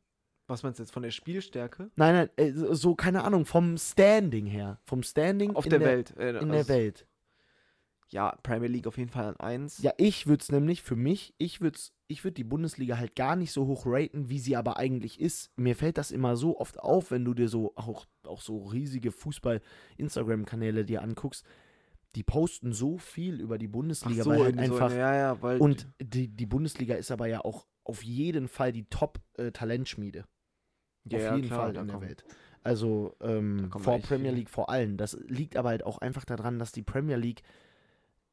Speaker 1: Was meinst du jetzt von der Spielstärke?
Speaker 2: Nein, nein, äh, so- so, keine Ahnung, vom Standing her. Vom Standing
Speaker 1: Auf
Speaker 2: in
Speaker 1: der, Welt. äh,
Speaker 2: In
Speaker 1: also-
Speaker 2: der Welt.
Speaker 1: Ja, Premier League auf jeden Fall an 1.
Speaker 2: Ja, ich würde es nämlich für mich, ich würde ich würd die Bundesliga halt gar nicht so hoch raten, wie sie aber eigentlich ist. Mir fällt das immer so oft auf, wenn du dir so auch, auch so riesige Fußball-Instagram-Kanäle dir anguckst. Die posten so viel über die Bundesliga, weil halt
Speaker 1: irgendwie so,
Speaker 2: einfach.
Speaker 1: ja, ja, weil
Speaker 2: und die, die Bundesliga ist aber ja auch auf jeden Fall die Top-Talentschmiede.
Speaker 1: ja, ja,
Speaker 2: auf jeden
Speaker 1: klar,
Speaker 2: Fall
Speaker 1: da
Speaker 2: in der
Speaker 1: kommen-
Speaker 2: Welt. Also ähm,
Speaker 1: kommen
Speaker 2: vor
Speaker 1: echt
Speaker 2: Premier
Speaker 1: viele.
Speaker 2: League vor allem. Das liegt aber halt auch einfach daran, dass die Premier League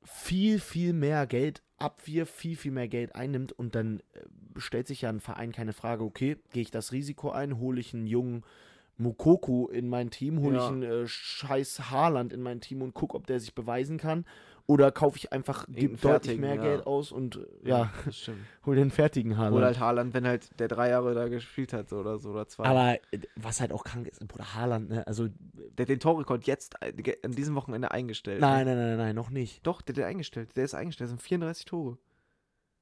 Speaker 2: viel, viel mehr Geld abwirft, viel, viel mehr Geld einnimmt und dann äh, stellt sich ja ein Verein keine Frage, okay, gehe ich das Risiko ein, hole ich einen jungen Mokoko in mein Team, hole
Speaker 1: Ja.
Speaker 2: ich einen äh, scheiß Haaland in mein Team und guck, ob der sich beweisen kann oder kaufe ich einfach
Speaker 1: Irgendeinen
Speaker 2: gib deutlich
Speaker 1: Fertigen,
Speaker 2: mehr
Speaker 1: ja.
Speaker 2: Geld aus und äh, ja, Also
Speaker 1: das
Speaker 2: *laughs*
Speaker 1: stimmt.
Speaker 2: hol den fertigen Haaland.
Speaker 1: Oder halt Haaland, wenn halt der drei Jahre da gespielt hat so oder so oder zwei.
Speaker 2: aber äh, was halt auch krank ist, Bruder Haaland, ne? Also
Speaker 1: Der hat den Torrekord jetzt äh, ge- an diesem Wochenende eingestellt. ne?
Speaker 2: Nein, nein, nein, nein, nein, noch nicht.
Speaker 1: Doch, der, der eingestellt. Der ist eingestellt. Das sind 34 Tore.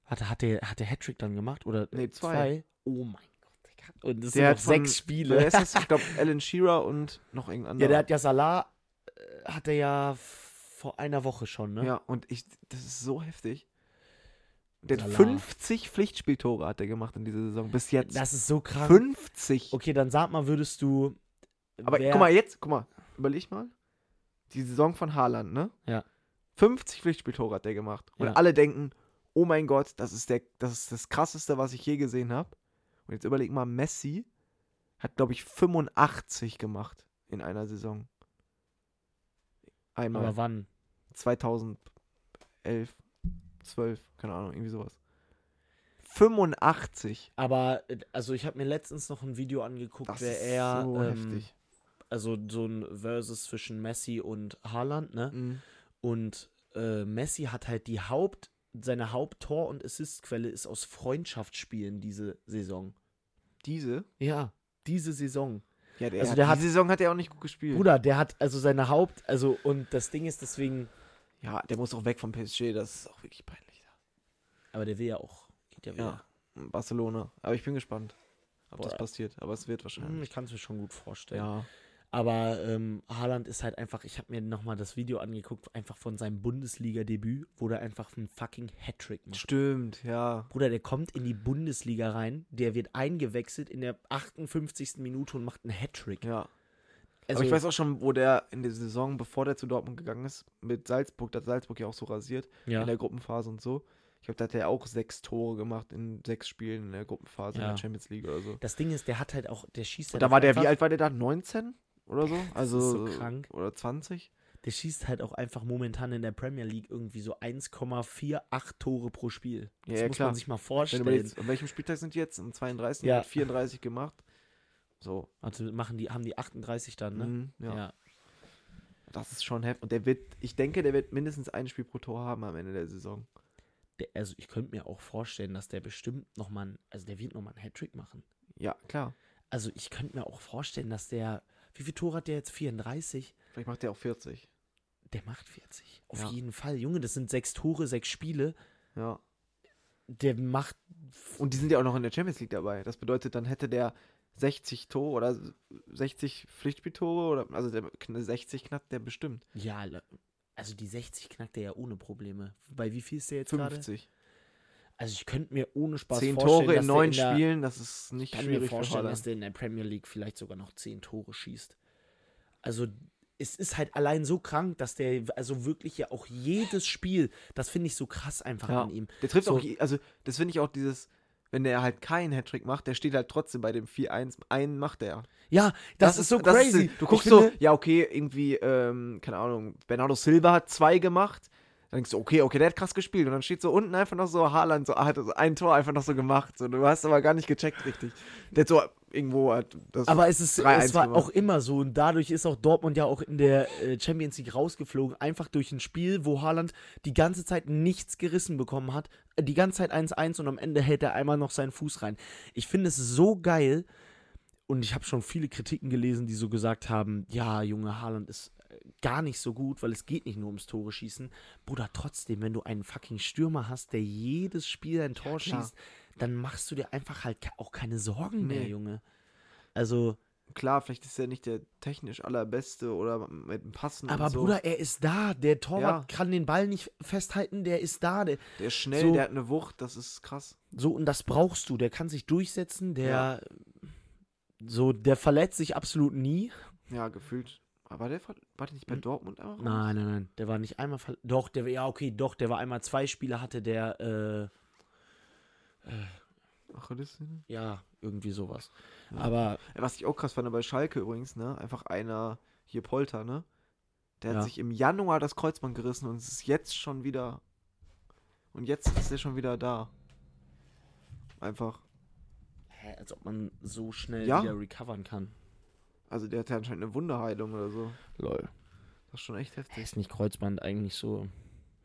Speaker 2: Hat, hat der, hat der Hattrick dann gemacht? Oder
Speaker 1: Nee,
Speaker 2: äh,
Speaker 1: zwei.
Speaker 2: Oh mein Gott, Digga. Und das
Speaker 1: Der hat
Speaker 2: sind noch
Speaker 1: von- genau.
Speaker 2: sechs
Speaker 1: Wer
Speaker 2: Spiele.
Speaker 1: ist das? Ich glaube, Alan Shearer und noch irgendein
Speaker 2: *laughs* ja,
Speaker 1: anderer.
Speaker 2: der hat ja Salah, äh, hat er ja vor einer Woche schon, ne?
Speaker 1: Ja, und ich, das ist so heftig. Der hat
Speaker 2: Salah.
Speaker 1: 50 Pflichtspieltore hat er gemacht in dieser Saison. Bis jetzt.
Speaker 2: Das ist so krank.
Speaker 1: 50.
Speaker 2: Okay, dann sag mal, würdest du.
Speaker 1: Aber
Speaker 2: wer-
Speaker 1: guck mal, jetzt, guck mal, überleg mal. Die Saison von Haaland, ne?
Speaker 2: Ja.
Speaker 1: 50 Pflichtspieltore hat der gemacht. Und
Speaker 2: Ja.
Speaker 1: alle denken, oh mein Gott, das ist, der, das ist das Krasseste, was ich je gesehen habe. Und jetzt überleg mal, Messi hat, glaube ich, 85 gemacht in einer Saison. Einmal.
Speaker 2: Aber wann?
Speaker 1: 2011, 12, keine Ahnung, irgendwie sowas. 85.
Speaker 2: Aber, äh, also ich habe mir letztens noch ein Video angeguckt,
Speaker 1: Das
Speaker 2: wer
Speaker 1: ist
Speaker 2: er.
Speaker 1: so
Speaker 2: ähm,
Speaker 1: heftig.
Speaker 2: Also so ein Versus zwischen Messi und Haaland, ne?
Speaker 1: Mhm.
Speaker 2: Und äh, Messi hat halt die Haupt, seine Haupttor- und Assistquelle ist aus Freundschaftsspielen diese Saison.
Speaker 1: Diese?
Speaker 2: Ja, diese Saison.
Speaker 1: Ja, der,
Speaker 2: Also
Speaker 1: hat,
Speaker 2: der hat-
Speaker 1: die Saison hat er auch nicht gut gespielt.
Speaker 2: Bruder, der hat also seine Haupt, also und das Ding ist deswegen,
Speaker 1: Ja, der muss auch weg vom PSG, das ist auch wirklich peinlich.
Speaker 2: aber der will ja auch, geht ja wieder.
Speaker 1: Ja. Barcelona. Aber ich bin gespannt, ob das
Speaker 2: Boah.
Speaker 1: passiert. Aber es wird
Speaker 2: Hm,
Speaker 1: wahrscheinlich.
Speaker 2: ich kann es mir schon gut vorstellen.
Speaker 1: Ja.
Speaker 2: Aber ähm, Haaland ist halt einfach, ich habe mir nochmal das Video angeguckt, einfach von seinem Bundesliga-Debüt, wo der einfach einen fucking Hattrick macht.
Speaker 1: Stimmt, ja.
Speaker 2: Bruder, der kommt in die Bundesliga rein, der wird eingewechselt in der 58. Minute und macht einen Hattrick.
Speaker 1: Ja.
Speaker 2: Also,
Speaker 1: Aber ich weiß auch schon, wo der in der Saison, bevor der zu Dortmund gegangen ist, mit Salzburg, da hat Salzburg ja auch so rasiert,
Speaker 2: ja.
Speaker 1: in der Gruppenphase und so. Ich glaube, da hat er auch sechs Tore gemacht in sechs Spielen in der Gruppenphase in
Speaker 2: Ja.
Speaker 1: der Champions League oder so.
Speaker 2: das Ding ist, der hat halt auch, der schießt
Speaker 1: Und
Speaker 2: halt
Speaker 1: da
Speaker 2: auch
Speaker 1: war der,
Speaker 2: einfach,
Speaker 1: wie alt war der da? 19 oder so? Also
Speaker 2: so krank.
Speaker 1: Oder 20?
Speaker 2: der schießt halt auch einfach momentan in der Premier League irgendwie so 1,48 Tore pro Spiel.
Speaker 1: Ja,
Speaker 2: Das
Speaker 1: ja,
Speaker 2: muss
Speaker 1: klar.
Speaker 2: man sich mal
Speaker 1: Wenn du
Speaker 2: vorstellen.
Speaker 1: überlegst, an welchem Spieltag sind die jetzt? Am 32?
Speaker 2: Ja.
Speaker 1: Ja. 34 gemacht? So.
Speaker 2: Also machen die, haben die 38 dann, ne?
Speaker 1: Mhm, ja. Das ist schon heftig. Und der wird, ich denke, der wird mindestens ein Spiel pro Tor haben am Ende der Saison.
Speaker 2: Der, also ich könnte mir auch vorstellen, dass der bestimmt nochmal, ein- also der wird nochmal einen Hattrick machen.
Speaker 1: Ja, klar.
Speaker 2: Also ich könnte mir auch vorstellen, dass der, wie viel Tore hat der jetzt? 34?
Speaker 1: Vielleicht macht der auch 40.
Speaker 2: Der macht 40. Auf
Speaker 1: Ja.
Speaker 2: jeden Fall. Junge, das sind sechs Tore, sechs Spiele.
Speaker 1: Ja.
Speaker 2: Der macht,
Speaker 1: Und die sind ja auch noch in der Champions League dabei. Das bedeutet, dann hätte der 60 Tore oder 60 Pflichtspieltore oder also der kn- 60 knackt der bestimmt.
Speaker 2: ja, le- also die 60 knackt der ja ohne Probleme. Bei wie viel ist der jetzt gerade?
Speaker 1: 50.
Speaker 2: Also ich könnte mir ohne Spaß
Speaker 1: Zehn
Speaker 2: vorstellen,
Speaker 1: Tore
Speaker 2: dass
Speaker 1: in
Speaker 2: der
Speaker 1: neun
Speaker 2: in der,
Speaker 1: Spielen, das ist nicht
Speaker 2: Ich kann mir
Speaker 1: schwierig für
Speaker 2: vorstellen, dass
Speaker 1: Haaland.
Speaker 2: der in der Premier League vielleicht sogar noch zehn Tore schießt. Also es ist halt allein so krank, dass der, also wirklich ja auch jedes Spiel, das finde ich so krass einfach
Speaker 1: Ja.
Speaker 2: an ihm.
Speaker 1: Der trifft
Speaker 2: so-
Speaker 1: auch, je- also das finde ich auch dieses, wenn der halt keinen Hattrick macht, der steht halt trotzdem bei dem 4-1, einen macht er.
Speaker 2: Ja, das, ist so crazy.
Speaker 1: du guckst
Speaker 2: ich finde,
Speaker 1: so, ja okay, irgendwie, ähm, keine Ahnung, Bernardo Silva hat zwei gemacht. Dann denkst du, okay, okay, der hat krass gespielt. Und dann steht so unten einfach noch so Haaland, so, ah, hat so ein Tor einfach noch so gemacht. So, du hast aber gar nicht gecheckt, richtig. Der hat so irgendwo hat das.
Speaker 2: aber es ist,
Speaker 1: 3-1
Speaker 2: es war
Speaker 1: gemacht.
Speaker 2: auch immer so und dadurch ist auch Dortmund ja auch in der äh, Champions League rausgeflogen, einfach durch ein Spiel, wo Haaland die ganze Zeit nichts gerissen bekommen hat, äh, die ganze Zeit 1-1 und am Ende hält er einmal noch seinen Fuß rein. Ich finde es so geil und ich habe schon viele Kritiken gelesen, die so gesagt haben, ja, Junge, Haaland ist äh, gar nicht so gut, weil es geht nicht nur ums Tore schießen. Bruder, trotzdem, wenn du einen fucking Stürmer hast, der jedes Spiel ein Tor
Speaker 1: klar.
Speaker 2: schießt, dann machst du dir einfach halt ke- auch keine Sorgen mehr,
Speaker 1: Nee.
Speaker 2: Junge. Also,
Speaker 1: klar, vielleicht ist er nicht der technisch allerbeste oder mit dem Passen.
Speaker 2: Aber
Speaker 1: und Mm, so.
Speaker 2: Bruder, er ist da. Der Torwart
Speaker 1: Ja.
Speaker 2: kann den Ball nicht festhalten. Der ist da. Der,
Speaker 1: der ist schnell,
Speaker 2: so-
Speaker 1: der hat eine Wucht, das ist krass.
Speaker 2: so, und das brauchst du. Der kann sich durchsetzen. Der, so, der verletzt sich absolut nie.
Speaker 1: Ja, gefühlt. Aber der ver- war der nicht bei
Speaker 2: Mhm.
Speaker 1: Dortmund auch?
Speaker 2: Nein, nein, nein. Der war nicht einmal verletzt. Doch, der war, ja, okay, doch. Der war einmal zwei Spiele, hatte der, äh,
Speaker 1: Achillessehne?
Speaker 2: ja, irgendwie sowas.
Speaker 1: Ja.
Speaker 2: Aber
Speaker 1: Was ich auch krass fand bei Schalke übrigens, ne? Einfach einer hier Polter, ne? Der
Speaker 2: Ja.
Speaker 1: hat sich im Januar das Kreuzband gerissen und es ist jetzt schon wieder. Und jetzt ist er schon wieder da. Einfach.
Speaker 2: hä, als ob man so schnell
Speaker 1: Ja.
Speaker 2: wieder recovern kann.
Speaker 1: Also der hat ja anscheinend eine Wunderheilung oder so.
Speaker 2: Lol.
Speaker 1: Das ist schon echt heftig.
Speaker 2: Ist nicht Kreuzband eigentlich so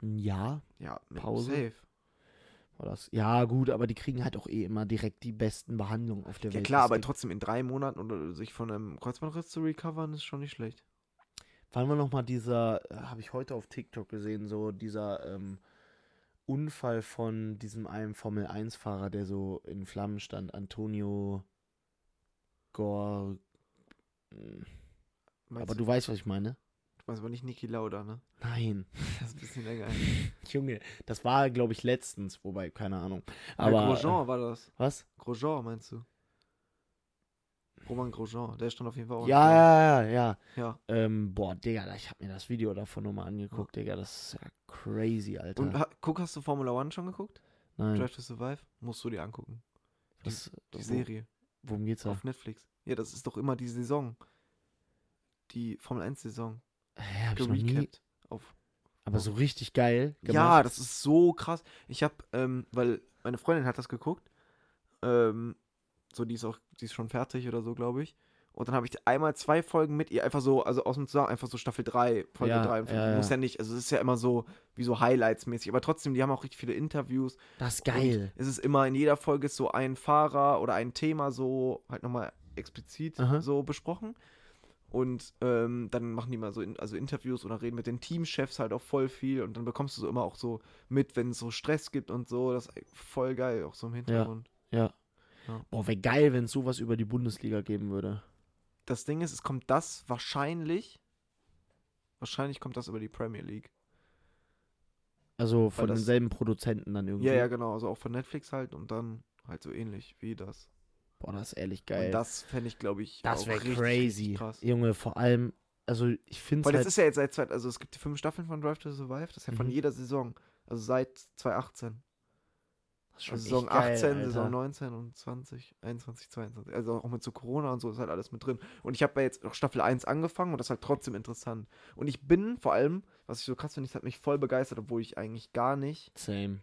Speaker 2: ein Jahr?
Speaker 1: Ja, mit
Speaker 2: Pause?
Speaker 1: Safe.
Speaker 2: War das? Ja, gut, aber die kriegen halt auch eh immer direkt die besten Behandlungen auf der
Speaker 1: Ja
Speaker 2: Welt.
Speaker 1: klar,
Speaker 2: Es
Speaker 1: aber
Speaker 2: gibt-
Speaker 1: trotzdem in drei Monaten oder sich von einem Kreuzbandriss zu recovern, ist schon nicht schlecht.
Speaker 2: Wann war nochmal dieser, äh, habe ich heute auf TikTok gesehen, so dieser ähm, Unfall von diesem einen Formel-1-Fahrer, der so in Flammen stand, Antonio Gor. Mm,
Speaker 1: Meinst
Speaker 2: Aber du weißt, was ich meine?
Speaker 1: du meinst aber nicht Niki Lauda, ne? *laughs*
Speaker 2: Nein.
Speaker 1: Das ist ein bisschen länger.
Speaker 2: *laughs* Junge, das war, glaube ich, letztens, wobei, keine Ahnung.
Speaker 1: ja,
Speaker 2: Aber.
Speaker 1: Grosjean war das.
Speaker 2: äh, was?
Speaker 1: Grosjean meinst du? Roman Oh, Grosjean, der stand auf jeden Fall auch.
Speaker 2: Ja, ja, ja, ja.
Speaker 1: Ja.
Speaker 2: Ähm, boah, Digga, ich habe mir das Video davon nochmal angeguckt, Digga, das ist ja crazy, Alter.
Speaker 1: Und ha, guck, hast du Formula One schon geguckt?
Speaker 2: Nein,
Speaker 1: Drive to Survive? Musst du dir angucken.
Speaker 2: das,
Speaker 1: Die
Speaker 2: wo,
Speaker 1: Serie
Speaker 2: worum geht's da?
Speaker 1: auf Netflix. Ja, das ist doch immer die Saison. Die Formel 1 Saison.
Speaker 2: Hä, hab ich noch nie,
Speaker 1: Gerecapt. Auf.
Speaker 2: Aber so richtig geil
Speaker 1: Ja, das ist so krass. Ich hab, ähm, weil meine Freundin hat das geguckt. Ähm, so, die ist auch, die ist schon fertig oder so, glaube ich. Und dann habe ich einmal zwei Folgen mit ihr, einfach so, also aus dem Zusammenhang, einfach so Staffel 3, Folge
Speaker 2: Ja,
Speaker 1: 3 und 4.
Speaker 2: ja, ja.
Speaker 1: Muss ja nicht, also es ist ja immer so, wie so Highlights-mäßig. Aber trotzdem, die haben auch richtig viele Interviews.
Speaker 2: Das ist geil.
Speaker 1: Und es ist immer in jeder Folge ist so ein Fahrer oder ein Thema so halt nochmal explizit
Speaker 2: Aha.
Speaker 1: so besprochen. Und ähm, dann machen die mal so in, also Interviews oder reden mit den Teamchefs halt auch voll viel. Und dann bekommst du so immer auch so mit, wenn es so Stress gibt und so. Das ist voll geil, auch so im Hintergrund.
Speaker 2: Ja.
Speaker 1: Ja.
Speaker 2: Boah, wäre geil, wenn es sowas über die Bundesliga geben würde.
Speaker 1: das Ding ist, es kommt das wahrscheinlich. Wahrscheinlich kommt das über die Premier League.
Speaker 2: Also von
Speaker 1: das-
Speaker 2: denselben Produzenten dann irgendwie.
Speaker 1: Ja, ja, genau. Also auch von Netflix halt und dann halt so ähnlich wie das.
Speaker 2: Boah, das ist ehrlich geil.
Speaker 1: Und das fände ich, glaube ich,
Speaker 2: Das
Speaker 1: auch
Speaker 2: wäre
Speaker 1: richtig,
Speaker 2: crazy.
Speaker 1: richtig krass.
Speaker 2: Junge, vor allem, also ich finde
Speaker 1: Weil
Speaker 2: es
Speaker 1: es
Speaker 2: halt,
Speaker 1: ist ja jetzt seit zweit, also es gibt die fünf Staffeln von Drive to Survive, das ist ja von
Speaker 2: Mhm.
Speaker 1: jeder Saison. Also seit 2018.
Speaker 2: das ist schon
Speaker 1: Also Saison
Speaker 2: echt geil,
Speaker 1: 18,
Speaker 2: Alter.
Speaker 1: Saison 19 und 20, 21, 22. Also auch mit so Corona und so ist halt alles mit drin. Und ich habe ja jetzt noch Staffel 1 angefangen und das ist halt trotzdem interessant. Und ich bin vor allem, was ich so krass finde, es hat mich voll begeistert, obwohl ich eigentlich gar nicht,
Speaker 2: Same.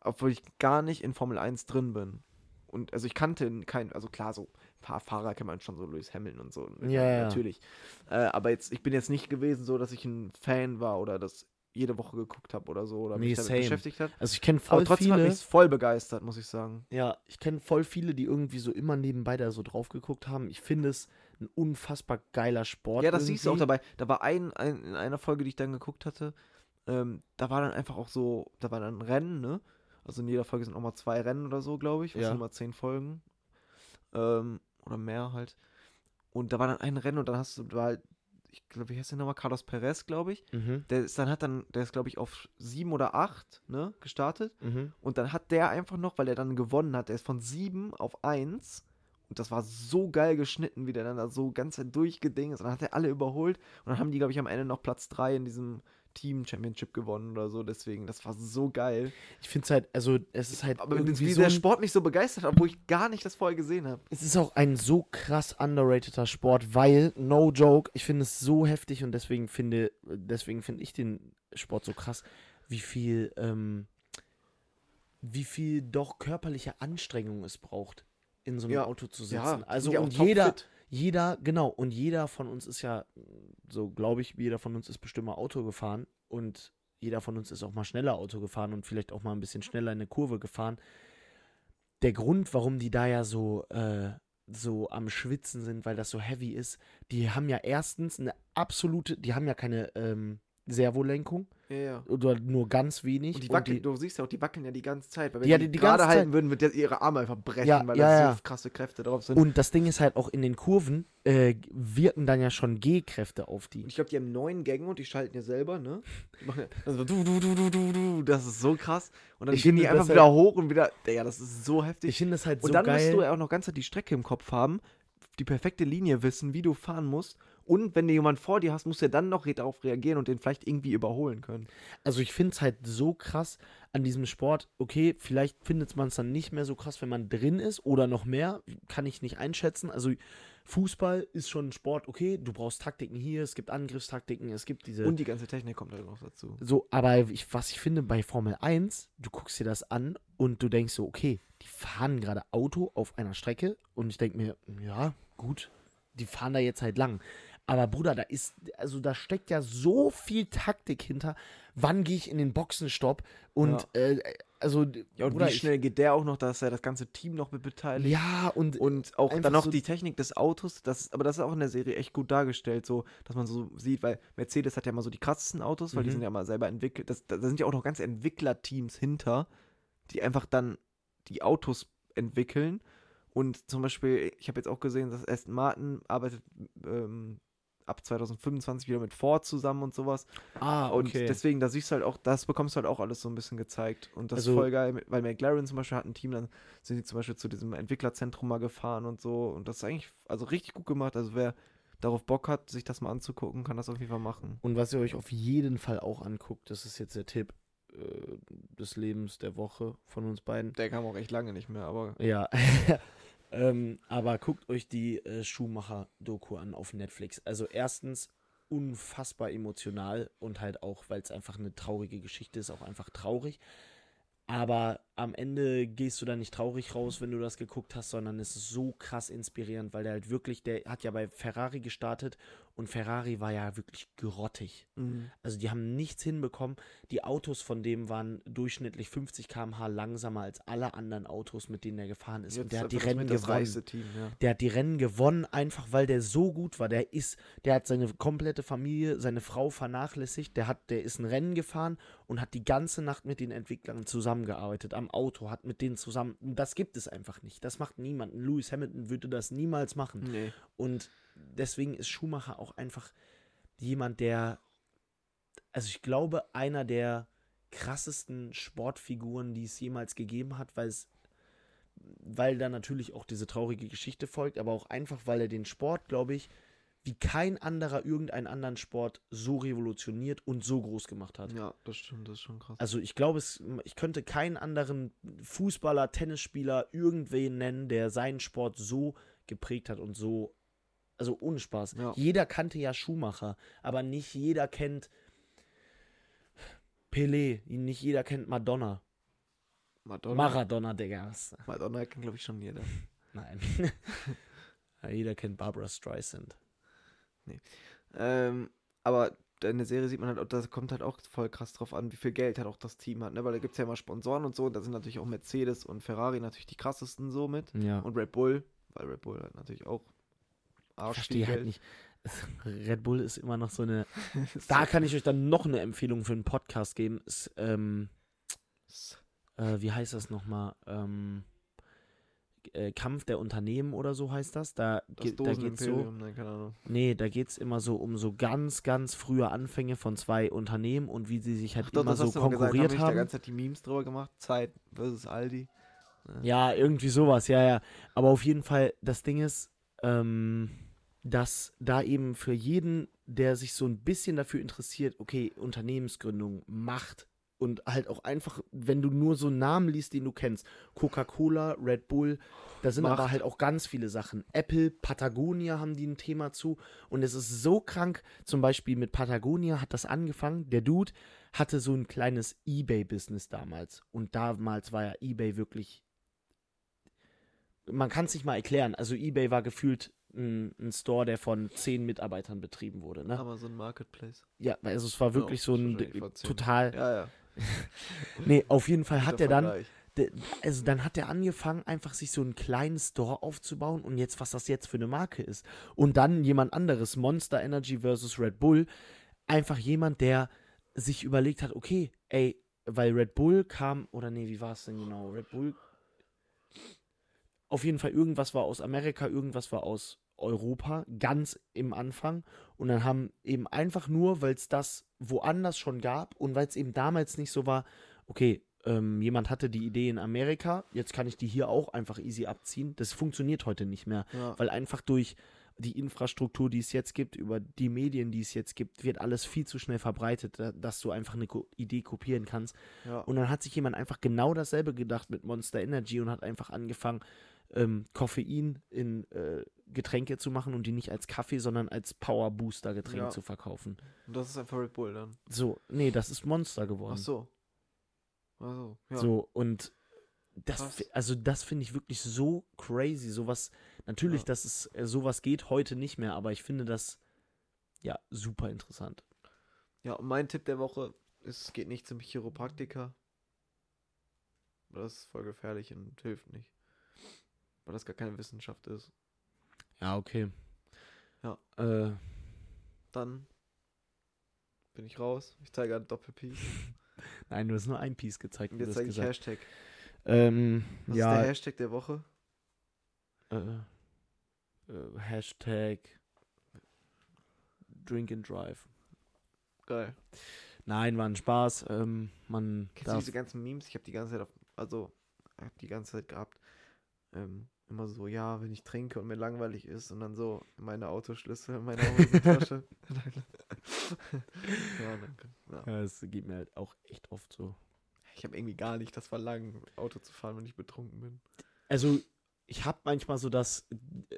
Speaker 1: obwohl ich gar nicht in Formel 1 drin bin. Und also ich kannte kein, also klar, so ein paar Fahrer kennt man schon, so Lewis Hamilton und so. ne,
Speaker 2: Ja, ja.
Speaker 1: Natürlich. Äh, aber jetzt, ich bin jetzt nicht gewesen so, dass ich ein Fan war oder das jede Woche geguckt habe oder so oder
Speaker 2: Nee,
Speaker 1: mich damit
Speaker 2: same.
Speaker 1: beschäftigt habe.
Speaker 2: Also ich kenne voll
Speaker 1: Aber trotzdem hat
Speaker 2: viele.
Speaker 1: mich voll begeistert, muss ich sagen.
Speaker 2: Ja, ich kenne voll viele, die irgendwie so immer nebenbei da so drauf geguckt haben. Ich finde es ein unfassbar geiler Sport.
Speaker 1: Ja, das siehst du auch
Speaker 2: irgendwie.
Speaker 1: dabei. Da war ein, ein in einer Folge, die ich dann geguckt hatte, ähm, da war dann einfach auch so, da war dann ein Rennen, ne? Also in jeder Folge sind auch mal zwei Rennen oder so, glaube ich. Was
Speaker 2: Ja.
Speaker 1: sind immer zehn Folgen. Ähm, oder mehr halt. Und da war dann ein Rennen und dann hast du, da war halt, ich glaube, wie heißt der nochmal? Carlos Perez, glaube ich.
Speaker 2: Mhm.
Speaker 1: Der ist dann hat dann, der ist, glaube ich, auf sieben oder acht, ne, gestartet.
Speaker 2: Mhm.
Speaker 1: Und dann hat der einfach noch, weil er dann gewonnen hat, der ist von 7 auf 1. Und das war so geil geschnitten, wie der dann da so ganz durchgeding ist. Und dann hat er alle überholt. Und dann haben die, glaube ich, am Ende noch Platz 3 in diesem Team Championship gewonnen oder so. Deswegen, das war so geil.
Speaker 2: Ich finde es halt, also es ist halt
Speaker 1: Aber
Speaker 2: irgendwie
Speaker 1: wie
Speaker 2: so
Speaker 1: der
Speaker 2: ein,
Speaker 1: Sport mich so begeistert hat, obwohl ich gar nicht das vorher gesehen habe.
Speaker 2: es ist auch ein so krass underrateder Sport, weil, no joke, ich finde es so heftig und deswegen finde, deswegen finde ich den Sport so krass, wie viel, ähm, wie viel doch körperliche Anstrengung es braucht, in so einem
Speaker 1: Ja.
Speaker 2: Auto zu sitzen.
Speaker 1: Ja, die
Speaker 2: also
Speaker 1: sind ja auch
Speaker 2: und jeder,
Speaker 1: topfit.
Speaker 2: jeder, genau, und jeder von uns ist ja, so glaube ich, jeder von uns ist bestimmt mal Auto gefahren und jeder von uns ist auch mal schneller Auto gefahren und vielleicht auch mal ein bisschen schneller in eine Kurve gefahren. Der Grund, warum die da ja so, äh, so am Schwitzen sind, weil das so heavy ist, die haben ja erstens eine absolute, die haben ja keine ähm, Servolenkung
Speaker 1: Ja, ja.
Speaker 2: oder nur ganz wenig.
Speaker 1: Und die wackeln, du siehst ja auch, die wackeln ja die ganze Zeit. Weil wenn
Speaker 2: Ja,
Speaker 1: die,
Speaker 2: die- die
Speaker 1: gerade
Speaker 2: ganze
Speaker 1: halten würden, wird der ihre Arme einfach brechen,
Speaker 2: Ja,
Speaker 1: weil
Speaker 2: ja,
Speaker 1: da
Speaker 2: ja.
Speaker 1: so krasse Kräfte drauf sind.
Speaker 2: und das Ding ist halt auch in den Kurven äh, wirken dann ja schon G-Kräfte auf die.
Speaker 1: Und ich glaube, die haben neun Gänge und die schalten ja selber, ne? Die machen ja- *laughs* Also du, du, du, du, du, du, das ist so krass. Und dann
Speaker 2: Ich
Speaker 1: gehen die
Speaker 2: finde
Speaker 1: einfach
Speaker 2: das
Speaker 1: wieder hoch und wieder. Ja, das ist so heftig.
Speaker 2: Ich finde das halt
Speaker 1: und
Speaker 2: so
Speaker 1: dann
Speaker 2: geil.
Speaker 1: musst du ja auch noch ganz halt die Strecke im Kopf haben, die perfekte Linie wissen, wie du fahren musst. Und wenn du jemanden vor dir hast, musst du ja dann noch re- darauf reagieren und den vielleicht irgendwie überholen können.
Speaker 2: also ich finde es halt so krass an diesem Sport, okay, vielleicht findet man es dann nicht mehr so krass, wenn man drin ist oder noch mehr, kann ich nicht einschätzen. Also Fußball ist schon ein Sport, okay, du brauchst Taktiken hier, es gibt Angriffstaktiken, es gibt diese...
Speaker 1: Und die ganze Technik kommt halt noch dazu.
Speaker 2: so, aber ich, was ich finde bei Formel 1, du guckst dir das an und du denkst so, okay, die fahren gerade Auto auf einer Strecke und ich denke mir, ja, gut, die fahren da jetzt halt lang. Aber Bruder, da ist, also da steckt ja so viel Taktik hinter. Wann gehe ich in den Boxenstopp? Und äh, also,
Speaker 1: Ja, und
Speaker 2: Bruder,
Speaker 1: wie schnell geht der auch noch, dass er das ganze Team noch mit
Speaker 2: Ich,
Speaker 1: beteiligt?
Speaker 2: ja, und,
Speaker 1: Und auch
Speaker 2: Einfach
Speaker 1: dann noch
Speaker 2: so-
Speaker 1: die Technik des Autos, das, aber das ist auch in der Serie echt gut dargestellt, so, dass man so sieht, weil Mercedes hat ja mal so die krassesten Autos, weil die
Speaker 2: Mhm.
Speaker 1: sind ja mal selber entwickelt. Das, da da sind ja auch noch ganze Entwicklerteams hinter, die einfach dann die Autos entwickeln. Und zum Beispiel, ich habe jetzt auch gesehen, dass Aston Martin arbeitet ähm, ab 2025 wieder mit Ford zusammen und sowas.
Speaker 2: ah,
Speaker 1: Und deswegen, da siehst du halt auch, das bekommst du halt auch alles so ein bisschen gezeigt. Und das
Speaker 2: Also-
Speaker 1: ist voll geil, weil McLaren zum Beispiel hat ein Team, dann sind die zum Beispiel zu diesem Entwicklerzentrum mal gefahren und so. Und das ist eigentlich, also richtig gut gemacht. Also wer darauf Bock hat, sich das mal anzugucken, kann das auf jeden Fall machen.
Speaker 2: Und was ihr euch auf jeden Fall auch anguckt, das ist jetzt der Tipp äh, des Lebens der Woche von uns beiden.
Speaker 1: Der kam auch echt lange nicht mehr, aber
Speaker 2: Ja. *laughs* ähm, aber guckt euch die äh, Schumacher-Doku an auf Netflix. Also erstens unfassbar emotional und halt auch, weil es einfach eine traurige Geschichte ist, auch einfach traurig. Aber am Ende gehst du da nicht traurig raus, wenn du das geguckt hast, sondern es ist so krass inspirierend, weil der halt wirklich, der hat ja bei Ferrari gestartet und Ferrari war ja wirklich grottig.
Speaker 1: Mhm.
Speaker 2: Also die haben nichts hinbekommen. Die Autos von dem waren durchschnittlich 50 km/h langsamer als alle anderen Autos, mit denen er gefahren ist. und der hat die Rennen
Speaker 1: das
Speaker 2: gewonnen.
Speaker 1: reichste Team, ja.
Speaker 2: Der hat die Rennen gewonnen, einfach weil der so gut war. Der ist, der hat seine komplette Familie, seine Frau vernachlässigt. Der hat, der ist ein Rennen gefahren und hat die ganze Nacht mit den Entwicklern zusammengearbeitet am Auto, hat mit denen Mhm. zusammen. Das gibt es einfach nicht. Das macht niemand. Ein Lewis Hamilton würde das niemals machen.
Speaker 1: Nee.
Speaker 2: Und deswegen ist Schumacher auch einfach jemand, der, also ich glaube, einer der krassesten Sportfiguren, die es jemals gegeben hat, weil es, weil da natürlich auch diese traurige Geschichte folgt, aber auch einfach, weil er den Sport, glaube ich, wie kein anderer irgendeinen anderen Sport so revolutioniert und so groß gemacht hat.
Speaker 1: Ja, das stimmt, das ist schon krass.
Speaker 2: Also ich glaube, es, ich könnte keinen anderen Fußballer, Tennisspieler, irgendwen nennen, der seinen Sport so geprägt hat und so, also ohne Spaß.
Speaker 1: Ja.
Speaker 2: Jeder kannte ja Schumacher, aber nicht jeder kennt Pelé, nicht jeder kennt Madonna.
Speaker 1: Madonna,
Speaker 2: Maradona, Digga. was-
Speaker 1: Madonna kennt, glaube ich, schon jeder.
Speaker 2: *laughs* Nein. ja, jeder kennt Barbara Streisand.
Speaker 1: Ähm, aber in der Serie sieht man halt, auch, das kommt halt auch voll krass drauf an, wie viel Geld halt auch das Team hat, ne? Weil da gibt es ja immer Sponsoren und so, und da sind natürlich auch Mercedes und Ferrari natürlich die krassesten so mit.
Speaker 2: Ja.
Speaker 1: Und Red Bull, weil Red Bull halt natürlich auch
Speaker 2: Ich
Speaker 1: Arsch
Speaker 2: verstehe halt nicht. Red Bull ist immer noch so *laughs* eine. Da kann ich euch dann noch eine Empfehlung für einen Podcast geben. Ist, ähm, äh, wie heißt das nochmal? Ähm, äh, Kampf der Unternehmen oder so heißt das. Da,
Speaker 1: Das
Speaker 2: ge- da geht's so.
Speaker 1: Dosenimperium, ne? Keine Ahnung.
Speaker 2: Nee, da geht es immer so um so ganz, ganz frühe Anfänge von zwei Unternehmen und wie sie sich halt immer so
Speaker 1: mal da
Speaker 2: konkurriert
Speaker 1: ich da
Speaker 2: haben.
Speaker 1: ganze Zeit die Memes drüber gemacht. Zeit versus Aldi.
Speaker 2: Ja, irgendwie sowas, ja, ja. Aber auf jeden Fall, das Ding ist, ähm, dass da eben für jeden, der sich so ein bisschen dafür interessiert, okay, Unternehmensgründung, Macht und halt auch einfach, wenn du nur so Namen liest, den du kennst, Coca-Cola, Red Bull, da sind aber
Speaker 1: Macht.
Speaker 2: halt auch ganz viele Sachen. Apple, Patagonia haben die ein Thema zu und es ist so krank, zum Beispiel mit Patagonia hat das angefangen, der Dude hatte so ein kleines Ebay-Business damals und damals war ja Ebay wirklich man kann es nicht mal erklären. Also eBay war gefühlt ein, ein Store, der von zehn Mitarbeitern betrieben wurde. Ne?
Speaker 1: Aber so ein Marketplace.
Speaker 2: Ja, also es war wirklich
Speaker 1: Ja,
Speaker 2: so ein
Speaker 1: wahrscheinlich vor zehn.
Speaker 2: total.
Speaker 1: Ja, ja.
Speaker 2: Nee, auf jeden Fall hat
Speaker 1: der
Speaker 2: er dann,
Speaker 1: Vergleich.
Speaker 2: de- also dann hat er angefangen, einfach sich so einen kleinen Store aufzubauen und jetzt, was das jetzt für eine Marke ist. Und dann jemand anderes, Monster Energy versus Red Bull, einfach jemand, der sich überlegt hat, okay, ey, weil Red Bull kam, oder nee, wie war es denn genau? Red Bull. Auf jeden Fall, irgendwas war aus Amerika, irgendwas war aus Europa, ganz im Anfang. Und dann haben eben einfach nur, weil es das woanders schon gab und weil es eben damals nicht so war, okay, ähm, jemand hatte die Idee in Amerika, jetzt kann ich die hier auch einfach easy abziehen. Das funktioniert heute nicht mehr
Speaker 1: Ja.
Speaker 2: weil einfach durch die Infrastruktur, die es jetzt gibt, über die Medien, die es jetzt gibt, wird alles viel zu schnell verbreitet, da- dass du einfach eine Ko Idee kopieren kannst.
Speaker 1: ja.
Speaker 2: Und dann hat sich jemand einfach genau dasselbe gedacht mit Monster Energy und hat einfach angefangen, ähm, Koffein in äh, Getränke zu machen und die nicht als Kaffee, sondern als Power Booster Getränk
Speaker 1: Ja.
Speaker 2: zu verkaufen.
Speaker 1: Und das ist einfach Red Bull dann.
Speaker 2: So, nee, das ist Monster geworden.
Speaker 1: Ach so. Ach so. Ja.
Speaker 2: So, und das,
Speaker 1: Krass.
Speaker 2: fi- also das finde ich wirklich so crazy. Sowas, natürlich,
Speaker 1: Ja.
Speaker 2: dass es äh, sowas geht heute nicht mehr, aber ich finde das ja super interessant.
Speaker 1: Ja, und mein Tipp der Woche ist, es geht nicht zum Chiropraktiker. Weil Das ist voll gefährlich und hilft nicht. Weil das gar keine Wissenschaft ist.
Speaker 2: Ja, okay.
Speaker 1: Ja.
Speaker 2: Äh,
Speaker 1: Dann bin ich raus. Ich zeige gerade Doppelpiece.
Speaker 2: nein, du hast nur ein Piece gezeigt.
Speaker 1: Und
Speaker 2: wie du
Speaker 1: jetzt
Speaker 2: das
Speaker 1: zeige ich
Speaker 2: gesagt.
Speaker 1: Hashtag.
Speaker 2: Ähm,
Speaker 1: Was ist
Speaker 2: ja,
Speaker 1: der Hashtag der Woche?
Speaker 2: äh, äh, Hashtag Drink and Drive.
Speaker 1: Geil.
Speaker 2: Nein, war ein Spaß. Ähm, man
Speaker 1: Kennst du
Speaker 2: darf
Speaker 1: diese ganzen Memes? Ich habe die ganze Zeit auf, also, ich habe die ganze Zeit gehabt. Ähm, immer so, ja, wenn ich trinke und mir langweilig ist und dann so meine Autoschlüssel in meiner
Speaker 2: *laughs*
Speaker 1: Hosentasche. *laughs* ja, danke. Ja.
Speaker 2: Ja, es geht mir halt auch echt oft so.
Speaker 1: Ich habe irgendwie gar nicht das Verlangen, Auto zu fahren, wenn ich betrunken bin.
Speaker 2: also ich habe manchmal so das,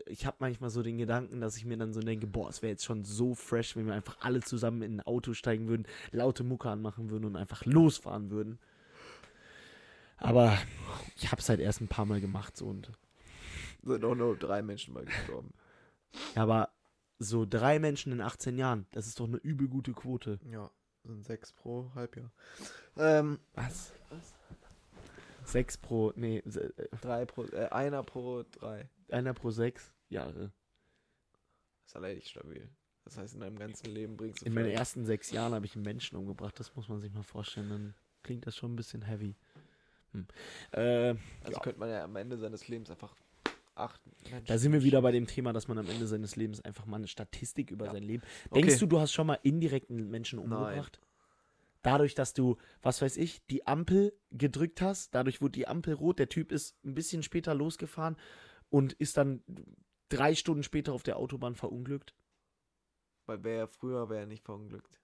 Speaker 2: ich habe manchmal so den Gedanken, dass ich mir dann so denke, boah, es wäre jetzt schon so fresh, wenn wir einfach alle zusammen in ein Auto steigen würden, laute Mucke anmachen würden und einfach losfahren würden. Aber ich habe es halt erst ein paar Mal gemacht so und
Speaker 1: Sind auch nur drei Menschen mal gestorben.
Speaker 2: aber so drei Menschen in 18 Jahren, das ist doch eine übel gute Quote.
Speaker 1: Ja, sind sechs pro Halbjahr. Ähm,
Speaker 2: Was? Sechs pro, nee, se- äh,
Speaker 1: drei pro, äh, einer pro drei.
Speaker 2: einer pro sechs Jahre.
Speaker 1: Ist erledigt stabil. Das heißt, in deinem ganzen Leben bringst du.
Speaker 2: In meinen
Speaker 1: vielleicht-
Speaker 2: ersten sechs Jahren habe ich einen Menschen umgebracht, das muss man sich mal vorstellen, dann klingt das schon ein bisschen heavy. Hm. Äh,
Speaker 1: also
Speaker 2: ja.
Speaker 1: könnte man ja am Ende seines Lebens einfach acht Menschen.
Speaker 2: Da sind wir wieder bei dem Thema, dass man am Ende seines Lebens einfach mal eine Statistik über
Speaker 1: Ja.
Speaker 2: sein Leben.
Speaker 1: Okay.
Speaker 2: Denkst du, du hast schon mal indirekt einen Menschen umgebracht? Dadurch, dass du, was weiß ich, die Ampel gedrückt hast, dadurch wurde die Ampel rot, der Typ ist ein bisschen später losgefahren und ist dann drei Stunden später auf der Autobahn verunglückt.
Speaker 1: Weil wer früher wäre nicht verunglückt.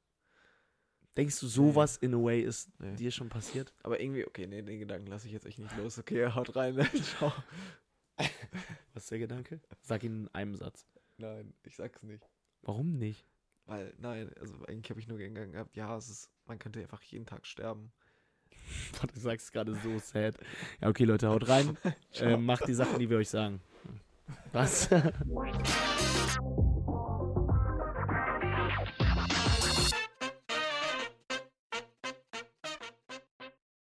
Speaker 2: Denkst du, sowas in a way ist
Speaker 1: Nee.
Speaker 2: dir schon passiert?
Speaker 1: Aber irgendwie, okay, nee, den Gedanken lasse ich jetzt echt nicht los. Okay, *laughs* haut rein. Ciao.
Speaker 2: Was ist der Gedanke? Sag ihn in einem Satz.
Speaker 1: Nein, ich sag's nicht.
Speaker 2: Warum nicht?
Speaker 1: Weil, nein, also eigentlich habe ich nur gegangen gehabt, ja, es ist, man könnte einfach jeden Tag sterben.
Speaker 2: *laughs* Boah, du sagst gerade so sad. Ja, okay, Leute, haut *laughs* rein.
Speaker 1: Ciao.
Speaker 2: *laughs* Ähm, macht die Sachen, die wir euch sagen. Was?